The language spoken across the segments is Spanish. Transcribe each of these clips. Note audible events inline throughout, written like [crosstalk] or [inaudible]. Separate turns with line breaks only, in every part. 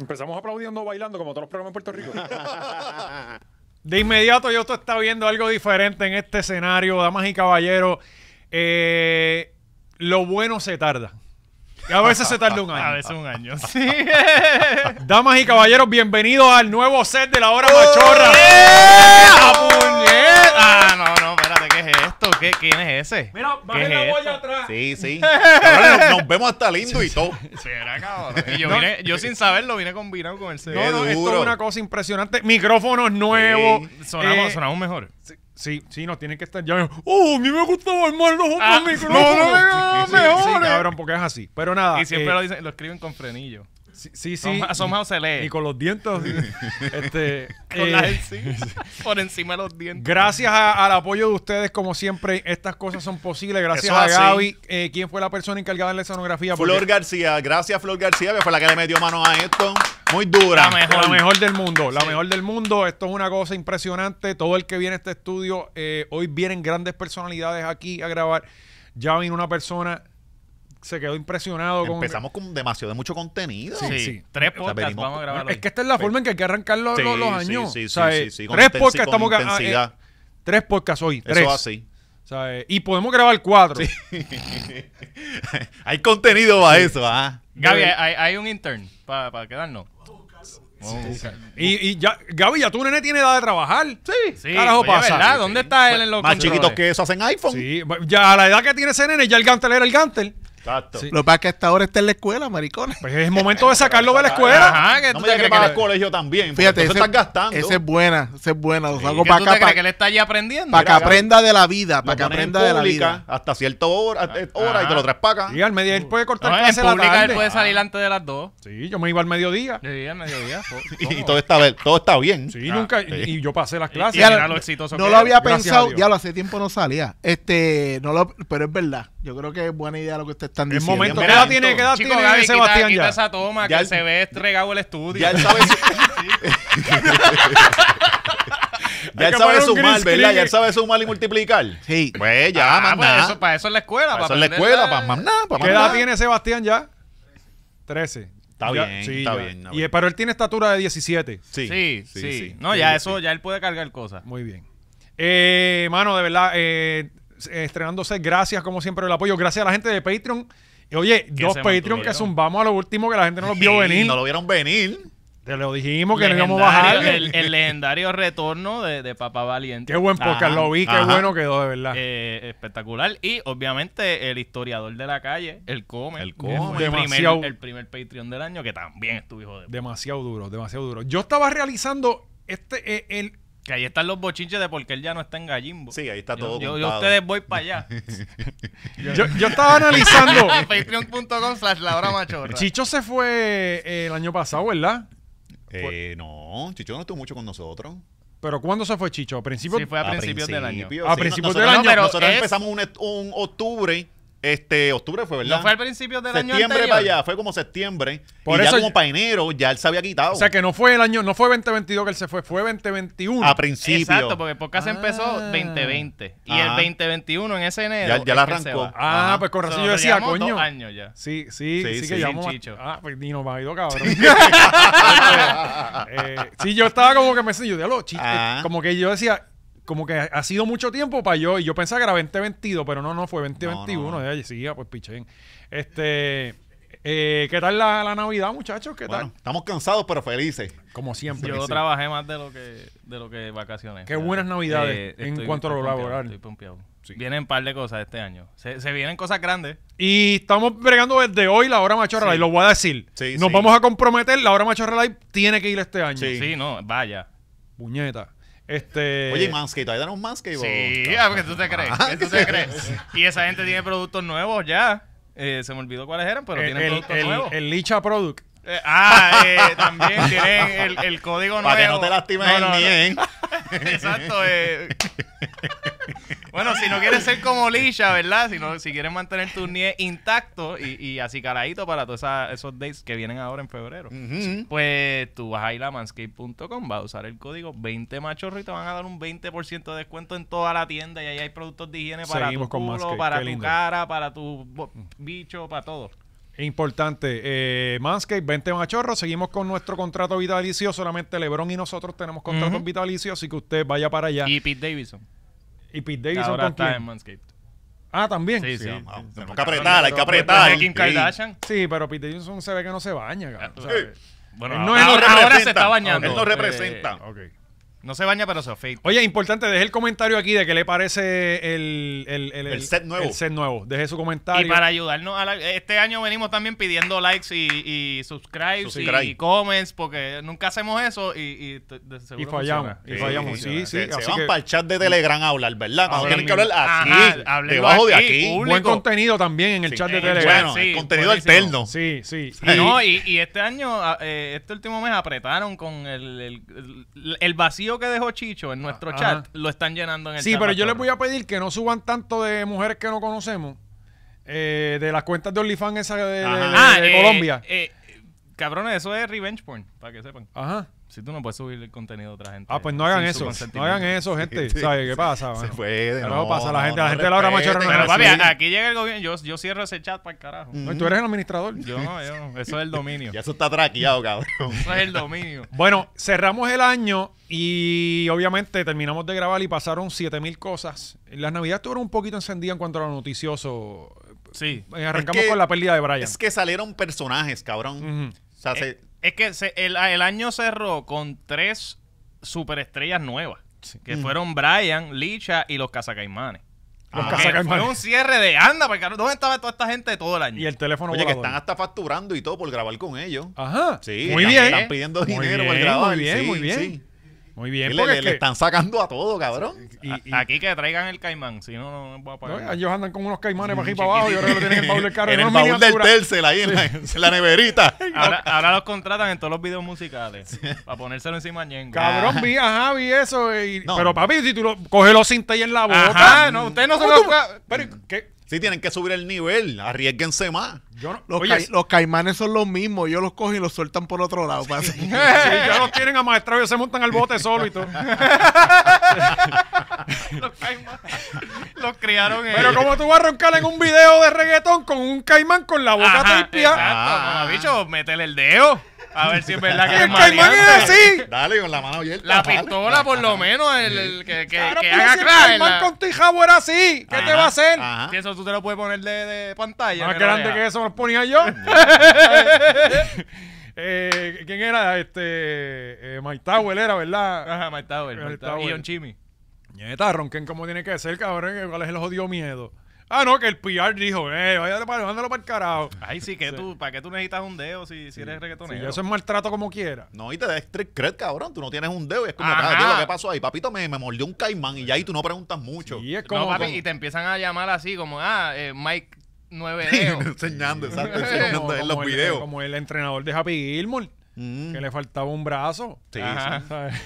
Empezamos aplaudiendo, bailando, como todos los programas en Puerto Rico.
[laughs] De inmediato yo tú está viendo algo diferente en este escenario, damas y caballeros. Eh, lo bueno se tarda. Y a veces se tarda
[laughs]
un
A
año.
veces un año.
[laughs]
Sí.
Damas y caballeros, bienvenidos al nuevo set de la hora machorra. ¡Esa
¡Ah!
puñeta!
Ah, no, no, espérate, ¿qué es esto? ¿Qué, ¿Quién es ese?
Mira,
¿Qué
bajen
es
la
esto?
boya atrás.
[laughs]
Sí, sí. Cabrones, nos, nos vemos hasta lindo y todo.
Será cabrón. Y yo, vine, yo sin saberlo vine combinado con el este,
No,
CD.
no, esto es
duro.
una cosa impresionante. Micrófonos nuevos.
sonamos,
Eh,
sonamos mejor.
Sí, sí, nos tienen que estar ya. Oh, a mí me gustaba armar los otros
Ah,
micrófonos.
no, no,
Sí,
no,
sí,
mejores.
sí, cabrón, porque es así. Pero nada.
Y siempre
eh,
lo, dicen, lo escriben con frenillo.
Sí, sí. sí.
Somehow- somehow se lee.
Y con los dientes. este,
Con la
eh, [laughs]
Por encima de los dientes.
Gracias a- al apoyo de ustedes, como siempre, estas cosas son posibles. Gracias
Eso
a
es así.
Gaby, eh, quien fue la persona encargada de la escenografía. porque
Flor García, gracias Flor García, que fue la que le metió mano a esto. Muy dura.
La mejor.
la mejor del mundo, la mejor del mundo. Esto es una cosa impresionante. Todo el que viene a este estudio, eh, hoy vienen grandes personalidades aquí a grabar. Ya vino una persona, se quedó impresionado con.
Empezamos con demasiado, de mucho contenido.
Sí,
sí.
Tres
O sea,
podcasts
venimos-
vamos a grabar
Es
hoy.
que esta es la forma en que hay que arrancar los,
Sí,
los- los
sí,
años.
sí,
O sea, eh,
sí, sí, sí, con
tres
intensi-
podcasts
con
estamos ga-
intensidad.
ah, eh, tres podcasts hoy. Tres.
Eso así.
O sea, eh, y podemos grabar cuatro.
Hay contenido para eso, ¿ah?
Gaby, hay, hay un intern para quedarnos. Vamos a buscar.
Y, y ya, Gaby, ya tu nene tiene edad de trabajar. Sí.
Sí,
Carajo
oye,
pasa.
¿verdad? ¿Dónde está él en los
Más chiquitos
controles?
que eso hacen iPhone.
Sí, pues, ya a la edad que tiene ese nene, ya el gantel era el gantel.
Exacto.
Sí.
Lo que pasa es que hasta ahora está en la escuela, maricones.
Pues es momento de sacarlo de la escuela.
Ajá, que tú
No me
te
digas que
crees que
para
le-
el colegio también.
[laughs]
Fíjate,
Fíjate,
eso
ese-
estás gastando.
Esa es buena, esa es buena. Lo saco
¿Qué tú
para
te
acá
crees que
para
le está allí aprendiendo?
que
Mira,
aprenda de la vida,
Lo
para que
pones en
aprenda de la
pública
vida. Ah.
hasta cierta hora, eh, hora y
Ajá.
te lo traes para acá.
Y al mediodía él puede cortar
No, en
clase a la
pública él
tarde.
puede salir antes de las dos.
Sí, yo me iba al mediodía.
De día al
[laughs]
mediodía. po-
Y,
¿cómo?
todo está, bien- todo está bien.
Sí, nunca. Y,
sí.
y yo pasé las
Ah, Y
clases.
mira lo exitoso
No
que
lo
es.
había
Gracias a
pensado,
Dios.
ya lo hace tiempo no salía. Este, no lo, pero es verdad. Yo creo que es buena idea lo que ustedes están
Es
diciendo.
momento. ¿Qué
Mira,
edad tiene,
esto-
qué edad
Chico,
tiene
Gaby,
Sebastián
quita, quita
ya?
esa toma
Ya
que
el-
se ve regado el estudio.
Ya él sabe su...
Hay
[laughs] ya él
que
sabe
poner un green
sumar, ¿verdad?
screen.
Ya él sabe sumar y multiplicar.
Sí.
Pues ya,
Ah,
más
pues
nada.
eso, para eso es la escuela.
Para eso es la
aprender
escuela,
la-
para más nada. para
¿Qué
más
edad
nada.
tiene Sebastián ya? 13.
Está
Ya,
bien,
ya.
está bien, está
Y,
bien.
eh, pero él tiene estatura de 17.
Sí,
Sí, sí. No, ya eso, ya él puede cargar cosas.
Muy bien. Eh, mano, de verdad, eh, estrenándose, gracias como siempre por el apoyo. Gracias a la gente de Patreon. Y, Oye, dos
se
Patreon que
mantuvieron.
zumbamos a lo último que la gente no los
Sí,
vio venir.
No lo vieron venir.
Te lo dijimos que no íbamos a
Legendario,
bajar.
El, el legendario retorno de, de Papá Valiente.
Qué buen podcast,
Ajá,
lo vi, qué
ajá.
bueno quedó, de verdad.
Eh, espectacular. Y obviamente el historiador de la calle, el Come.
El
que
Come.
fue El primer,
Demasiado.
el primer Patreon del año que también estuvo hijo de.
demasiado duro, demasiado duro. Yo estaba realizando este, eh, el,
Que ahí están los bochinches de porque él ya no está en Gallimbo.
Sí, ahí está
Yo-
todo
Yo, yo
contado.
ustedes voy para allá.
yo, yo estaba
[laughs]
analizando. [laughs]
Ah, Patreon.com slash la hora machorra.
Chicho se fue eh, el año pasado, ¿verdad?
pues,
Eh, no, Chicho no estuvo mucho con nosotros.
Pero ¿cuándo se fue Chicho? ¿A principio?
Sí, fue a, principios del año.
A principios del
nosotros-
año,
no, pero
nosotros
nosotros
es-
empezamos un, est- un octubre. Este, octubre fue, ¿verdad?
No fue al principio del año
septiembre
anterior.
para allá, fue como septiembre.
Por
y
eso
ya como
yo-
para enero, ya él se había quitado.
O sea que no fue el año, no fue 2022 que él se fue, fue 2021.
Ah,
a principio.
Exacto, porque el podcast
Ah.
empezó 2020. Y
Ajá.
el 2021 en ese enero.
Ya- ya la
es que él se
arrancó.
va.
ah,
Ajá.
pues con razón yo
Nosotros
decía,
llevamos
coño.
dos años ya.
Sí, sí, sí,
Sí,
que
sí.
llamamos.
Sin
a-
Chicho.
Ah, pues Dino Bajido, cabrón. [laughs] Eh, sí, yo estaba como que me yo diablo, chi- eh,
Ah.
Como que yo decía, como que ha sido mucho tiempo para yo. Y yo pensaba que era 2022, pero no, no, fue 2021.
No, no, no.
Ya, y sí, ah, pues pichén. Este. eh, ¿Qué tal la, la Navidad, muchachos? ¿Qué
Bueno,
tal?
estamos cansados, pero felices.
Como siempre.
Yo
Sí.
trabajé más de lo que de lo que vacaciones.
Qué buenas navidades en
estoy-
cuanto a lo
estoy pompeado,
laboral.
Estoy pompeado.
Sí.
Vienen un par de cosas este año. Se, se vienen cosas grandes.
Y estamos bregando desde hoy la hora machorra
Sí.
live. Lo voy a decir.
Sí,
Nos
sí.
vamos a comprometer. La hora machorra live tiene que ir este año.
Sí.
Sí, no, vaya.
Puñeta. Este.
Oye, y Manscaped, ahí tenemos Manscaped.
Eh,
Oh,
Sí,
¿o?
ah, porque tú te crees, que tú te
[laughs]
crees. Y esa gente tiene productos nuevos ya. Eh, se me olvidó cuáles eran, pero
el,
tienen
el,
productos
el-
nuevos.
el Licha Product.
Eh, ah, eh, también tienen el, el código nuevo.
Para que no te lastimes
No,
el eh.
no, no.
bien.
Exacto. eh. Bueno, si no quieres ser como Lisha, ¿verdad? Si, no, si quieres mantener tu nie intacto y, y así caradito para todos esa- esos dates que vienen ahora en febrero. [laughs] Pues tú vas a ir a manscape.com, vas a usar el código 20machorro y te van a dar un 20% de descuento en toda la tienda. Y ahí hay productos de higiene para
Seguimos
tu
con
culo,
Manscaped,
para
qué
tu
lindo.
cara, para tu bo- bicho, para todo.
Importante. Eh, Manscaped, 20 machorros. Seguimos con nuestro contrato vitalicio. Solamente Lebron y nosotros tenemos contratos
Ujú.
vitalicios, así que usted vaya para allá. Y,
Y Pete Davidson.
Pete
que
Davidson
ahora
con
está
quién?
en Manscaped.
Ah, también.
Sí, sí.
Ah, Tenemos que apretar, hay que apretar.
Después de Kim Kardashian.
Sí, pero Pete Davidson se ve que no se baña, cabrón. O sea,
Sí.
Bueno,
Él no-
ahora,
él no
ahora se
representa.
está bañando.
Él no representa.
Eh,
ok.
no se baña, pero se afeita.
Oye, importante, deje el comentario aquí de qué le parece el, el,
El set nuevo.
El set nuevo. Deje su
Y
comentario.
para ayudarnos, a la- este año venimos también pidiendo likes y, y subscribes
Subscribe.
y comments, porque nunca hacemos eso y, y t- de seguro
Y fallamos,
funciona.
y fallamos, sí, sí.
se, se
así
van
que-
para el chat de Telegram a hablar, ¿verdad? No
Ahora
tienen que
mismo.
hablar así,
Ajá, háblenlo
debajo de
aquí,
aquí.
público.
Buen contenido también en el
Sí,
chat de
eh,
Telegram.
Bueno,
Sí,
el contenido
buenísimo.
alterno.
Sí, sí.
Y no, y, y este año, a- eh, este último mes apretaron con el, el- el- el vacío que dejó Chicho en nuestro
Ajá.
chat, lo están llenando en el
Sí,
chat.
pero yo les
Machorro.
voy a pedir que no suban tanto de mujeres que no conocemos. eh, de las cuentas de OnlyFans esa de, de-
Ajá.
de-
Ah,
de
eh,
Colombia.
eh, cabrones, eso es revenge porn, para que sepan.
Ajá.
Si tú no puedes subir el contenido de otra gente.
eh,
Ah, pues no
sin
hagan
su
eso. No
consentimiento.
hagan eso, gente.
Sí, sí.
¿Sabes qué pasa?
Se
mano?
puede,
Carajo,
no,
pasa la
no,
gente. la
no
gente de Laura
respeten,
Machorro no
Pero
es
papi,
así.
ah,
a- aquí llega el gobierno. Yo, yo cierro ese chat para el carajo.
No, y tú eres el administrador.
Yo no,
eh.
yo no. Eso es el
[laughs]
dominio.
Ya eso está traqueado, cabrón.
Eso es el dominio.
Bueno, cerramos el año y obviamente terminamos de grabar y pasaron 7000 cosas. Las navidades estuvieron un poquito encendidas en cuanto a lo noticioso.
Sí.
Eh, arrancamos
Es que-
con la pérdida de Brian.
Es que salieron personajes, cabrón.
Ujú.
O sea, se-
Es, Eh, es que se- el, ah, el año cerró con tres superestrellas nuevas. Que
Mm.
fueron Brian, Licha y los Cazacaimanes.
Los
Ah,
Que
Cazacaimanes.
Fue un cierre de anda, para carajo. ¿Dónde estaba toda esta gente todo el año?
Y el teléfono
oye, que
volador.
están hasta facturando y todo por grabar con ellos.
Ajá.
Sí,
muy bien.
están- están pidiendo dinero
muy
por
bien,
grabar,
Muy bien,
sí,
muy bien.
sí.
Muy
Y
bien.
le,
porque
le-
es
le
que-
están sacando a todo, cabrón.
y- y-
A- Aquí que traigan el caimán, si no, no, no voy a pagar.
no, pues, ellos andan con unos caimanes para aquí y para abajo y ahora lo tienen en el baúl del carro.
[laughs] en
no
el
es
baúl del
miniatura.
Telcel, ahí en, la, en la
[laughs]
neverita.
Ahora, ahora los contratan en todos los videos musicales. Para ponérselo encima a Ñengo.
Cabrón, vi a Javi eso. y-
No.
Pero papi, si tú lo coges los cinta ahí en la boca. Ah,
Ajá, no, usted no se
¿Cómo
lo
tú-
puede-
Pero, ¿qué?
Sí, tienen que subir el nivel, arriesguense más.
Yo
[laughs]
no-
Los,
Oye,
cai- los caimanes son los mismos, ellos los cogen y los sueltan por otro lado. para hacer-
Sí, ya los tienen amaestrados y se montan al bote solo y todo.
los caimanes. [laughs] Los criaron en.
Pero como tú vas a roncar en un video de reggaetón con un caimán con la boca
Ajá,
tripia.
Exacto, mamá, bicho, métele el dedo. A ver si es verdad
Y
que es
el caimán es
maleante.
así.
Dale, con la mano abierta.
La
dale.
pistola, por lo menos, el, el que, que,
Claro,
que
pero
haga
si el
clave.
caimán
la-
con tijabo era así. ¿Qué te va a hacer?
Ajá.
Si eso tú te lo puedes poner de, de pantalla.
Más
que no
grande
deja.
que eso me los ponía
[laughs]
yo. Eh, ¿Quién era? Este. Eh, Mike Tower era, ¿verdad?
Ajá, Mike Tower, Mike
Mike
Tower.
Tower.
Y John Chimmy.
Nieta, ronquen como tiene que ser, cabrón. que ¿Cuál es el jodido miedo? Ah, no, que el PR dijo, eh, váyate para, mándalo para el carajo.
Ay, sí, que tú, ¿para qué tú necesitas un dedo si, si eres
Sí,
reggaetonero?
eso es maltrato como quiera.
No, y te da street cred, cabrón. Tú no tienes un dedo y es como, "Ah,
Ajá.
"Cabrón, ¿qué pasó ahí? Papito, me, me mordió un caimán y ya ahí tú no preguntas mucho. [laughs]
Y es como.
No, papi,
como-
y te empiezan a llamar así como, ah, eh, Mike 9
[laughs]
dedos.
enseñando, exacto,
como-
enseñando en los
como el-
videos.
Como el entrenador de Happy Gilmore,
Mm,
que le faltaba un brazo.
sí,
Ajá.
¿sabes?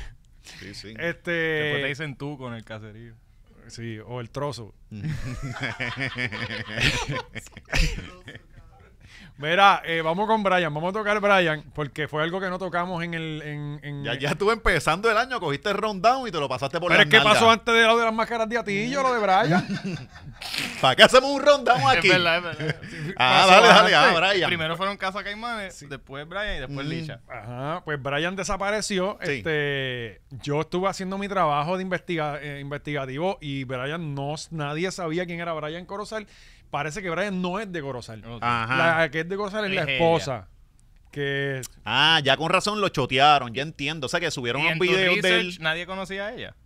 sí, sí.
Después te
Este.
dicen tú con el caserío.
Sí, o el
[laughs]
trozo. Mira, eh, vamos con Brian, vamos a tocar Brian, porque fue algo que no tocamos en el. En, en-
Ya, ya tú empezando el año, cogiste el rundown y te lo pasaste por
Este, Pero
las
es que pasó
nalgas.
antes de lo de las máscaras de Atillo, lo de Brian.
¿Para qué hacemos un
[laughs]
rundown aquí?
Es verdad, es
[laughs]
verdad.
ah,
pasó
dale, dale,
antes.
ah, Brian. Mm.
Primero fueron Casa Caimanes, después Brian y después Licha.
Ajá, pues Brian desapareció.
Sí.
Este, yo estuve haciendo mi trabajo de investiga- eh, investigativo y Brian no, nadie sabía quién era Brian Corozal. Parece que Brian no es de Corozal.
Ok.
Ajá.
La que es de Corozal es la
Es ella.
esposa. Que
Ah, ya con razón lo chotearon, ya entiendo. O sea, que subieron
Y en
unos
tu
videos de
research
él.
nadie conocía a ella.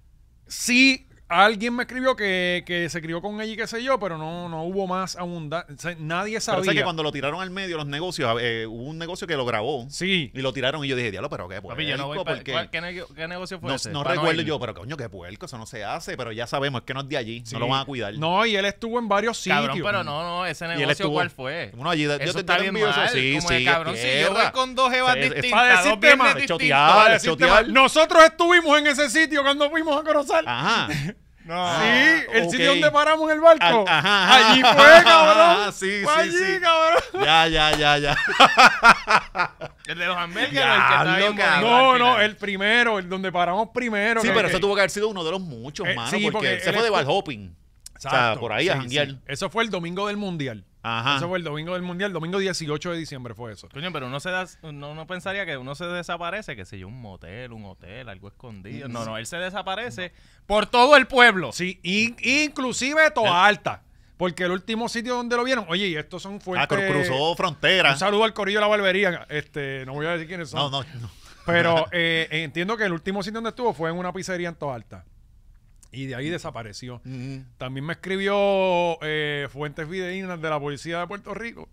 sí, alguien me escribió que, que se crió con ella y qué sé yo, pero no, no hubo más abundancia. nadie
Pero o sea,
sabía.
que cuando lo tiraron al medio, los negocios, eh, hubo un negocio que lo grabó
Sí.
y lo tiraron. Y yo dije, diablo, pero qué puerco.
Papi, yo no voy pa-
¿por qué?
¿cuál- ¿Qué, nego- qué negocio fue
No,
ese?
no
Pa'
recuerdo
ir.
yo, pero coño, qué puerco, eso no se hace. Pero ya sabemos, es que no es de allí,
Sí.
no lo van a cuidar.
No, y él estuvo en varios sitios.
Cabrón, pero no, no, ese
él
negocio
estuvo-
¿cuál fue?
Uno allí, yo
eso
te- yo
está
te
bien
envío eso.
mal.
Sí,
como
sí,
de, cabrón, si yo
tierra.
voy con dos jevas
O sea, es- es
para
distintas, dos
decirte
viernes
más,
distintas.
chotear.
Para
Ah,
decirte
chotear.
mal, Nosotros estuvimos en ese sitio cuando fuimos a Corozal.
Ajá.
[laughs] No.
sí, el
Ah, ok.
sitio donde paramos el barco.
Al- ajá, ajá.
Allí fue, cabrón.
Ah, sí,
Fue
sí,
allí,
sí.
cabrón.
Ya, ya, ya, ya.
El de los hamburgues, el que está
Diablo,
bien
cabrón.
bonito
No,
al
no,
final.
el primero, el donde paramos primero.
Sí,
que-
pero eso
que-
tuvo que haber sido uno de los muchos,
Eh,
mano,
sí,
porque,
porque
se
él
fue de
estu-
bar hopping. O sea,
Exacto.
por ahí a
Sí,
janguear.
sí. Eso fue el domingo del mundial.
Ajá.
Eso fue el domingo del mundial, domingo 18 de diciembre fue eso.
Coño, pero uno se da, uno, uno pensaría que uno se desaparece, que sé yo, un motel, un hotel, algo escondido. No, no, él se desaparece por todo el pueblo. Eh.
Sí, in- inclusive Toa Alta, porque el último sitio donde lo vieron, oye, y estos son
Ah,
fuertes.
cru- cruzó frontera.
Un saludo al corillo de la barbería, este, no voy a decir quiénes son.
No, no, no. [laughs]
Pero eh, entiendo que el último sitio donde estuvo fue en una pizzería en Toa Alta. Y de ahí desapareció.
Mm,
También me escribió eh, Fuentes Videinas de la Policía de Puerto Rico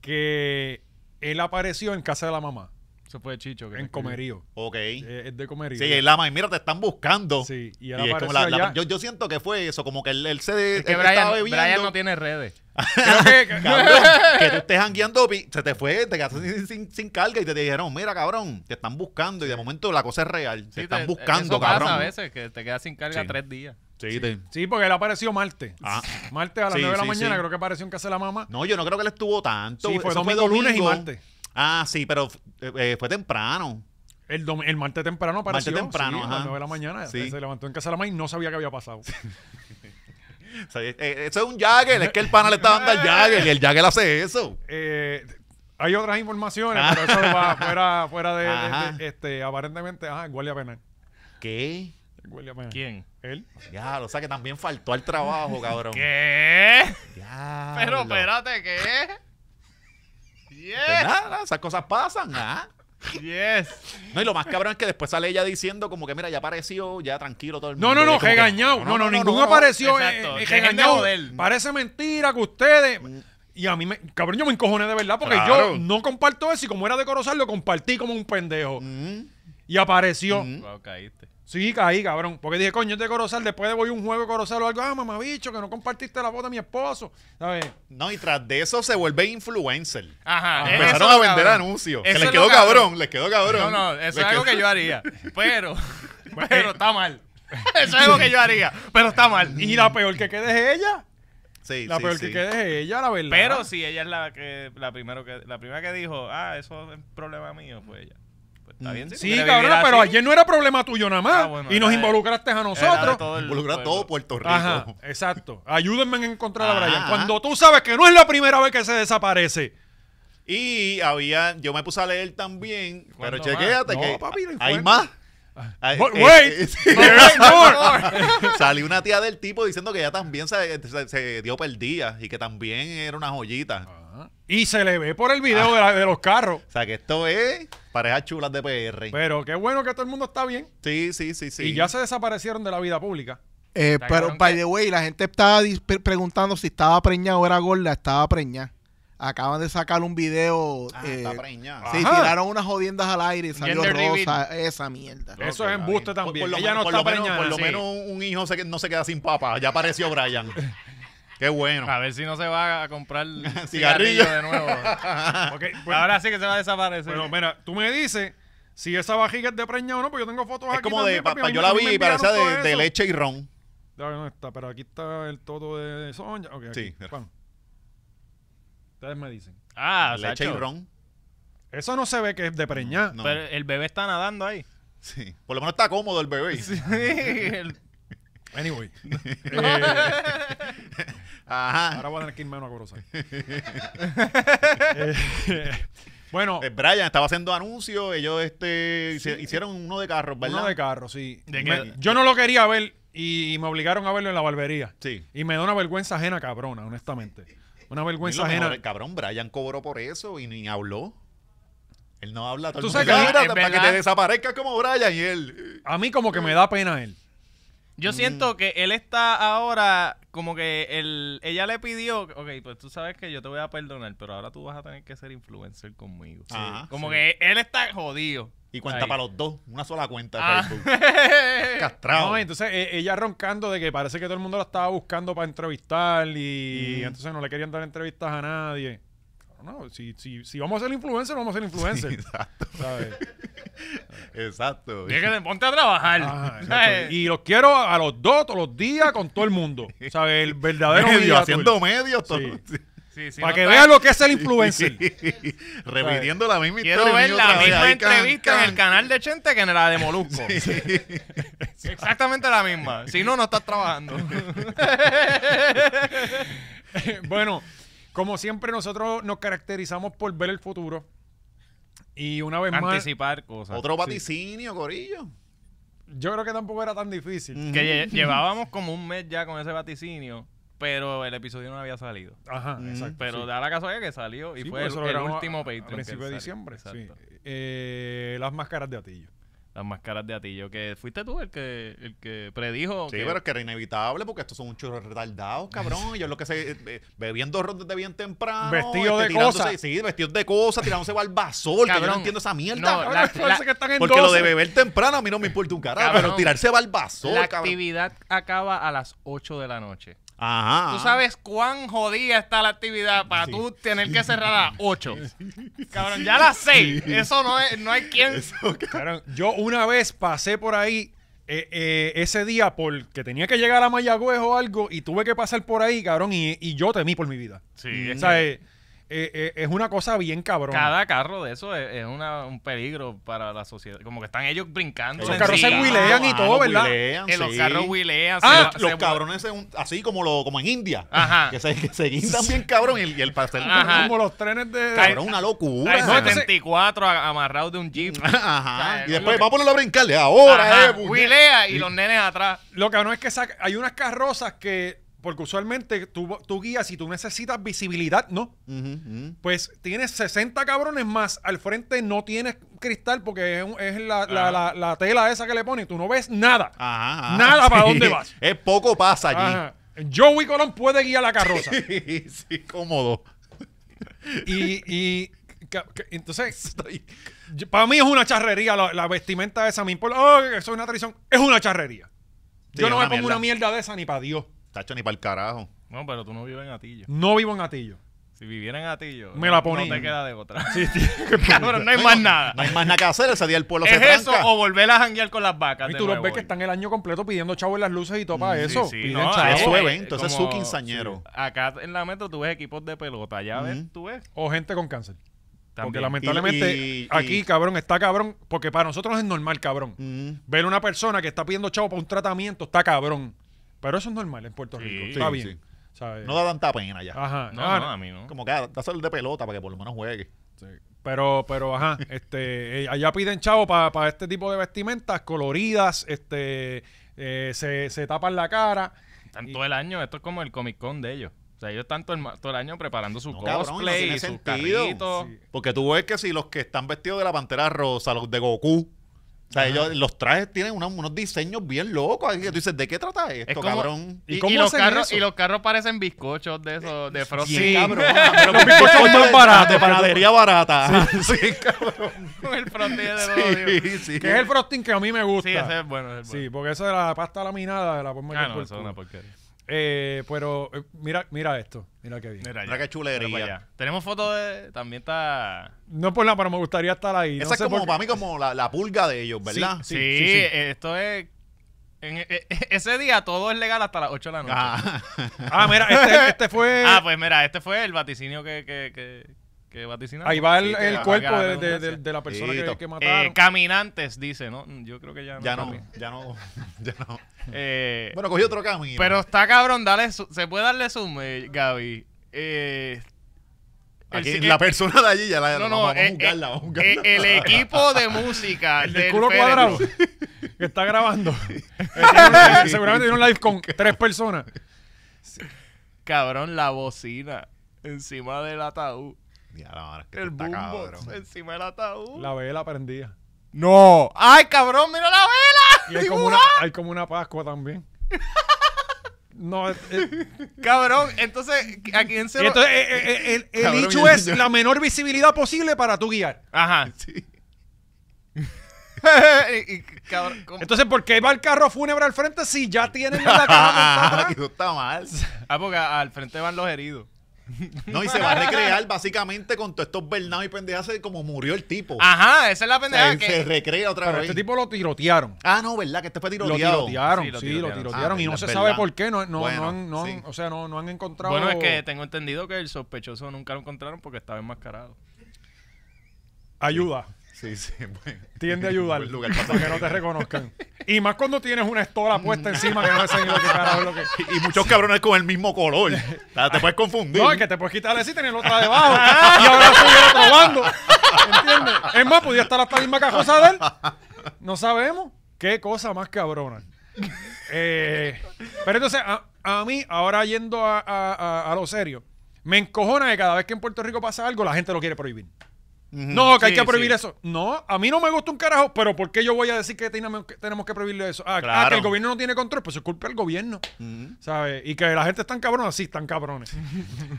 que él apareció en casa de la mamá,
Eso fue Chicho. que
en Comerío.
Ok.
Eh, es de Comerío.
Sí, el lama, y mira, te están buscando.
Sí, y
y
él
es
apareció
como la- la-
allá.
yo, yo siento que fue eso, como que él, él se de-
Es que
él
Brian,
estaba bebiendo.
Brian no tiene redes.
Creo
[laughs]
que-
[laughs]
Cabrón, que tú estés jangueando, pi- se te fue, te quedaste sin, sin- sin carga y te dijeron, mira, cabrón, te están buscando. Y de momento la cosa es real. te
Sí,
están
te-
buscando,
eso
cabrón.
Pasa a veces que te quedas sin carga
Sí.
tres días.
Sí, te-
Sí, porque él apareció martes.
Ah.
Martes a las
Sí,
9 de la
sí,
mañana,
sí.
creo que apareció en casa de la mamá.
No, yo no creo que él estuvo tanto.
Sí, fue
Eso
domingo, lunes y martes.
Ah, sí, pero eh, eh, fue temprano.
El, dom- el martes temprano apareció.
Martes temprano,
sí, a
ajá.
las 9 de la mañana.
Sí.
Se levantó en casa de la mamá y no sabía que había pasado.
O sea, eh, eh, eso es un Jagger, es que el pana le está dando al Jagger y el Jagger hace eso.
Eh, hay otras informaciones, pero eso va fuera, fuera de, de-
Ajá.
de- este, aparentemente, ajá, en guardia penal.
¿Qué?
En guardia penal.
¿Quién?
Él.
Ya, o sea que también faltó al trabajo, cabrón.
¿Qué?
Ya,
Pero
lo-
espérate, ¿qué?
Pues
Yes.
nada, esas cosas pasan, ¿ah?
Yes.
No, y lo más cabrón es que después sale ella diciendo como que mira, ya apareció, ya tranquilo todo el mundo.
No, no,
Y
no,
es como que-
regañado. No, no, ninguno apareció. eh,
Exacto,
eh,
dejen de
regañado.
joder.
Parece mentira que ustedes. Y a mí, me, cabrón, yo me encojoné de verdad porque
Claro.
yo no comparto eso y como era de Corozal lo compartí como un pendejo.
Mm,
Y apareció.
mm.
Wow, caíste.
Sí, caí, cabrón. Porque dije, coño, es de Corozal. Después de voy a un juego de Corozal o algo. Ah, mamabicho, que no compartiste la foto de mi esposo. ¿Sabes?
No, y tras de eso se vuelve influencer.
Ajá. es
Empezaron
Ah, eso,
a vender
cabrón. Eso
anuncios. Que les
es lo
quedó cabrón, les quedó
No,
cabrón.
no, eso
Les
es algo
quedó-
que yo [laughs] haría. Pero, pero está mal. [laughs] Eso es algo que yo haría, pero está mal.
Y la peor que quede es ella.
Sí,
La
Mm. sí,
peor
sí.
que quede es ella, la verdad.
[laughs] Pero si ella es la que la primero que la primera que dijo, ah, eso es problema mío, pues ella. Pues está bien. si tú
Sí,
quieres
cabrón,
vivir
pero
así,
ayer no era problema tuyo nada más.
Ah, bueno,
y nos
era-
involucraste a
era de
nosotros.
todo el
Involucra a todo pues.
pueblo.
Puerto Rico.
Ajá, exacto. Ayúdenme en encontrar a
Ajá,
Brian.
ajá.
Cuando tú sabes que no es la primera vez que se desaparece.
Y había, yo me puse a leer también,
¿Cuándo
pero chequéate
más?
que
No, papi, no
hay
fue-
más. Hay-
But
eh,
wait,
eh, sí.
but wait
[laughs]
more.
Salió una tía del tipo diciendo que ella también se, se- se dio perdida y que también era una joyita.
Ah. Y se le ve por el video
Ah.
de, la- de los carros.
O sea que esto es parejas chulas de PR.
Pero qué bueno que todo el mundo está bien.
sí, sí, sí, sí.
Pues, Y ya se desaparecieron de la vida pública.
Eh,
Está
pero,
cabrón
by
que-
the way, la gente estaba dis- pre- preguntando si estaba preñada o era gorda. Estaba preñada. Acaban de sacar un video.
Ah,
eh,
está preñada.
sí,
Ajá.
tiraron unas jodiendas al aire y salió
Gender
rosa. Esa mierda.
Eso
Ok,
es embuste
Por-
también.
por lo
ella no
menos- por
está
lo menos-
preñada.
Por lo
Sí.
menos un, un hijo se que- no se queda sin papá. Ya apareció Brian. Qué bueno.
Ah.
A ver si no se va a
[laughs]
comprar
Cigarrillo.
cigarrillo de
[laughs]
nuevo. pues,
Ok, bueno,
Ahora sí que se va a desaparecer.
bueno, mira, tú me dices si esa vajiga es de preña o no, porque yo tengo fotos
Es
aquí
como de,
también,
pa-
papi.
pa-
A mí
yo
me-
la
a mí
vi
me
y parecía
enviaron
de,
todo
de
eso.
leche y ron.
Ya no está, pero aquí está el todo de Sonja. Ok, aquí,
Sí, mira.
Juan. Ustedes me dicen.
ah,
leche y
Sacho,
ron.
Eso no se ve que es de preñar.
No.
Pero el bebé está nadando [laughs] ahí.
Sí. Por lo menos está cómodo el bebé.
El-
[laughs]
Anyway. Eh,
Ajá.
ahora voy a tener que irme a una
[laughs]
Corozal. Eh, [laughs] bueno,
Eh, Brian estaba haciendo anuncios. Ellos este, hici- hicieron uno de carros, ¿verdad?
uno de carro, sí.
¿De
Me-
qué?
yo no lo quería ver y me obligaron a verlo en la barbería.
Sí.
Y me da una vergüenza ajena, cabrona, honestamente. Una
Y lo
vergüenza
mejor,
ajena.
el cabrón, Brian cobró por eso y ni habló. Él no habla. Todo
Tú
el
sabes
mundo,
que-
"Mira,
es
para que
verdad.
te desaparezcas como Brian y él.
A mí como que me da pena él.
Mm.
Yo siento que él está ahora como que él, ella le pidió, ok, pues tú sabes que yo te voy a perdonar, pero ahora tú vas a tener que ser influencer conmigo.
Ajá,
como que él está jodido.
Y cuenta
Ahí. [laughs]
para los dos. Una sola cuenta de
Ah. [laughs]
Facebook. Castrado.
No, entonces eh, ella roncando de que parece que todo el mundo la estaba buscando para entrevistar y
Mm.
entonces no le querían dar entrevistas a nadie. No, si, si, si vamos a ser influencer, vamos a ser influencer.
[laughs] Exacto.
¿sabes?
Exacto.
Tienes que ponte a trabajar. [laughs]
Ajá,
¿Sabes?
Ah, exacto. y los quiero a a los dos, todos los días, con todo el mundo. ¿Sabes? El verdadero
medio,
media tour.
[laughs] haciendo medios. todo.
Sí.
Sí, sí,
para
no
que
está-
vean lo que es el influencer.
Repitiendo la misma historia.
Quiero ver
una y
la
otra vez.
misma
Ahí, can,
entrevista en
can.
el canal de Chente que en la de Molusco. [laughs] Exactamente la misma. Si no, no estás
[laughs]
trabajando.
bueno, como siempre, nosotros nos caracterizamos por ver el futuro. Y una vez más,
Anticipar cosas.
Otro vaticinio, Corillo.
yo creo que tampoco era tan difícil.
Mm.
Que lle- llevábamos como un mes ya con ese vaticinio, pero el episodio no había salido.
Ajá, exacto.
Pero
sí.
da la casualidad que salió y
Sí,
Mm. fue
porque
el,
eso lo
el
grabamos
último
a-
Patreon.
A
que
principios de
sale.
diciembre, sí.
Exacto.
Eh, las máscaras de Atillo.
Las máscaras de Atillo, que fuiste tú el que, el que predijo.
Sí,
que-
pero es que era inevitable porque estos son un churro retardados, cabrón.
[laughs]
Ellos lo que se. eh, eh, bebiendo ron desde bien temprano. este,
Vestidos de
tirándose-
cosas.
Sí, vestidos de cosas, tirándose barbasol. que yo no
Cabrón.
entiendo esa mierda.
No,
cabrón.
la-
Ahora parece que están en
porque lo
12.
de beber temprano a mí no me importa un carajo.
Cabrón.
Pero tirarse barbasol,
la
cabrón.
actividad acaba a las 8 de la noche.
Ajá.
Tú sabes cuán jodida está la actividad para tú tener que cerrar a las 8.
[laughs]
Cabrón, ya a las 6. Eso no, es, no hay quien.
Cabrón, yo una vez pasé por ahí eh, eh, ese día porque tenía que llegar a Mayagüez o algo y tuve que pasar por ahí, cabrón, y, y yo temí por mi vida.
Sí,
O sea, eh, eh, eh, es una cosa bien cabrón.
Cada carro de eso es, es una- un peligro para la sociedad. Como que están ellos brincando.
Esos
encima.
carros se huilean y todo, ¿verdad?
huilean,
Que los
sí.
carros huilean.
Ah,
se-
los
se-
cabrones, se un- así como, lo, como en India.
Ajá.
Que se, que se guindan bien, cabrón. Y el, y el pastel.
Ajá.
Como los trenes de...
Cabrón, una locura.
Hay
entonces-
74 a- amarrados de un jeep.
Ajá.
Ay,
Y
lo
después,
que-
vamos a ponerlo a brincarle. Ahora,
Ajá,
eh, puñet-
Huilea y los nenes atrás.
Lo cabrón es que saca- hay unas carrozas que... Porque usualmente tú, tú guías y tú necesitas visibilidad, ¿no?
Ujú, ujú.
Pues tienes 60 cabrones más. Al frente no tienes cristal porque es, un- es la, la- la- la tela esa que le ponen. Tú no ves nada.
Ajá, ajá.
Nada
[laughs]
para dónde vas.
Es poco pasa Ah, allí.
Ajá. Joey Colón puede guiar la carroza.
Sí, [laughs] sí, cómodo.
y, y ca- ca- entonces,
Estoy-
para mí es una charrería la, la vestimenta esa. Me importa. Oh, eso es una tradición. Es una charrería.
Sí,
Yo
es
no me
una
pongo una mierda de esa ni para Dios.
Tacho, ni para
[laughs]
el carajo.
No, pero tú no vives en Atillo.
No vivo en Atillo.
Si vivieran a ti, yo.
Me la ponía.
No te queda de otra. Cabrón, no hay más nada.
No hay más nada que hacer. Ese día el
[laughs]
pueblo se
es eso
tranca.
o volver a janguear con las vacas.
Y
de
tú los
nuevo. Mm,
ves que están el año completo pidiendo chavo en las luces y todo para eso.
sí,
Piden
no,
chavo.
Eso
eh,
es evento, ese es
como-
su quinceañero.
sí. Acá en la metro tú ves equipos de pelota. Allá ves,
Ujú.
tú ves.
O gente con cáncer. Porque
También.
lamentablemente
Y- y-
aquí,
y-
cabrón, está cabrón. Porque para nosotros es normal, cabrón.
Mm.
Ver una persona que está pidiendo chavo para un tratamiento está cabrón. Pero eso es normal en Puerto
Sí,
Rico.
sí,
Está
sí.
bien. ¿sabes?
No da tanta pena ya.
Ajá.
No,
ah,
no, a mí no.
Como que ah, dáselo de pelota para que por lo menos juegue.
Pero, pero, ajá, [laughs] este, eh, allá piden chavo para este tipo de vestimentas coloridas, este, eh, se, se tapan la cara.
Están todo el año. Esto es como el Comic Con de ellos. O sea, ellos están todo el, ma- todo el año preparando su
No, cabrón, no
cosplay,
tiene
y sus
sentido.
carritos.
Sí.
Porque tú ves que si los que están vestidos de la pantera rosa, los de Goku, o sea, ellos, los trajes tienen una- unos diseños bien locos. Ahí que tú dices, ¿de qué trata esto,
como-
cabrón?
¿Y [laughs]
Y,
cómo
y los
hacen
carros,
eso?
y los carros parecen bizcochos de esos, de Frosty. [laughs]
Bien, cabrón. Pero
Los
[laughs]
bizcochos
bizcocho
más
de-
baratos
De
para tu-
panadería barata. [laughs] Sí,
[laughs]
cabrón.
Con el Frosty de odio.
Sí, sí.
Que es el frosting que a mí me gusta.
Sí, ese es bueno. Ese es
Sí,
bueno.
porque eso de la pasta laminada la pongo
ah, no, eso es una porquería.
Eh, pero eh, mira, mira esto, mira qué bien.
Mira qué chulería.
Mira para allá. Tenemos fotos de. También está.
No por nada, pero me gustaría estar ahí.
Esa
no
es
sé
como,
por qué.
para mí, como la, la pulga de ellos, ¿verdad?
Sí, eh,
Sí, sí, sí.
esto es. en- e- e- ese día todo es legal hasta las 8 de la noche. Ah,
Ah,
Ah, mira, este, este fue.
pues mira, este fue el vaticinio que, que, que, que vaticinamos.
ahí va el,
Sí, que
el
valga
cuerpo
la
de, de-
redundancia.
de- de la persona
Sí,
que,
to-
que mataron.
Eh, caminantes, dice, ¿no? Mm, Yo creo que ya no.
ya no,
también.
ya no, [laughs] ya no.
Eh,
Bueno, cogí otro camino.
pero está cabrón, dale su- se puede darle zoom, eh, Gaby. Eh, el
Aquí,
si-
la
eh,
persona de allí ya la
no, no,
vamos, a
eh,
juzgarla,
eh,
vamos a juzgarla.
eh, el equipo de música
El del
del
culo
Féretro. [laughs]
cuadrado que está grabando. Eh, tiene un- Seguramente tiene un live con tres personas.
Cabrón, la bocina encima del ataúd.
Ya, la madre, es que
El
está
boombox
[laughs] cabrón.
encima del ataúd.
La vela prendida.
No. Ay, cabrón, mira la vela.
Y hay como, una,
Dibujada.
hay como una Pascua también. No, es- es-
Cabrón, entonces, ¿a quién se
y
lo...?
entonces eh, eh, eh, el, el
Cabrón,
hecho
yo-
es
yo-
la menor visibilidad posible para tú guiar.
Ajá.
[laughs] Sí.
[laughs] Y- y, cabrón, ¿cómo?
Entonces, ¿por qué va el carro fúnebre al frente si ya tienen la cara montada
Ah, [laughs]
atrás?
que eso está mal.
ah, porque a- al frente van los heridos.
No, y se va a recrear básicamente con todos estos Bernardo y pendejas de cómo murió el tipo.
Ajá, esa es la
O sea,
Ah, pendeja
él
que...
Se recrea otra
Pero
vez.
este tipo lo tirotearon.
Ah, no, ¿verdad? Que este fue
Lo
tiroteado.
tirotearon,
Sí, lo
sí, lo
tirotearon.
tirotearon.
Ah,
y no
es
se
verdad.
sabe por qué. No, no, no
Bueno,
han, no han-
sí.
o sea, no, no han encontrado.
Bueno, es que tengo entendido que el sospechoso nunca lo encontraron porque estaba enmascarado.
Ayuda.
Sí, [laughs] sí. bueno.
Tiende a ayudar.
[laughs] Buen lugar para-
para que no te reconozcan. Y más cuando tienes una estola puesta encima que no sé ni lo que carajo es lo que.
[laughs] Y muchos cabrones con el mismo color. O sea, te puedes confundir.
No, es que te puedes quitar así, tener otra debajo. y ahora subir otro bando. ¿Entiendes? Es más, podía estar hasta la misma cajosa de él. No sabemos. Qué cosa más cabrona. Eh, pero entonces, a, a mí, ahora yendo a, a- a- a lo serio, me encojona que cada vez que en Puerto Rico pasa algo, la gente lo quiere prohibir. No, que hay
Sí,
que prohibir
sí.
eso. No, a mí no me gusta un carajo, pero ¿por qué yo voy a decir que tenemos que, tenemos que prohibirle eso? Ah, ah,
Claro.
que el gobierno no tiene control, pues es culpa del gobierno.
Ujú.
¿sabes? Y que la gente es tan cabrona, sí, están cabrones.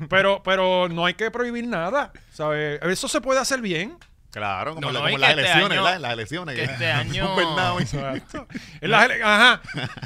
pero, pero no hay que prohibir nada, ¿sabes? Eso se puede hacer bien.
Claro, como,
No,
la-
no,
como
y que
las
este
elecciones,
año-
¿verdad? En Las elecciones.
que este año-
[laughs] Un Bernardo
[laughs]
y-
En las ele- Ajá.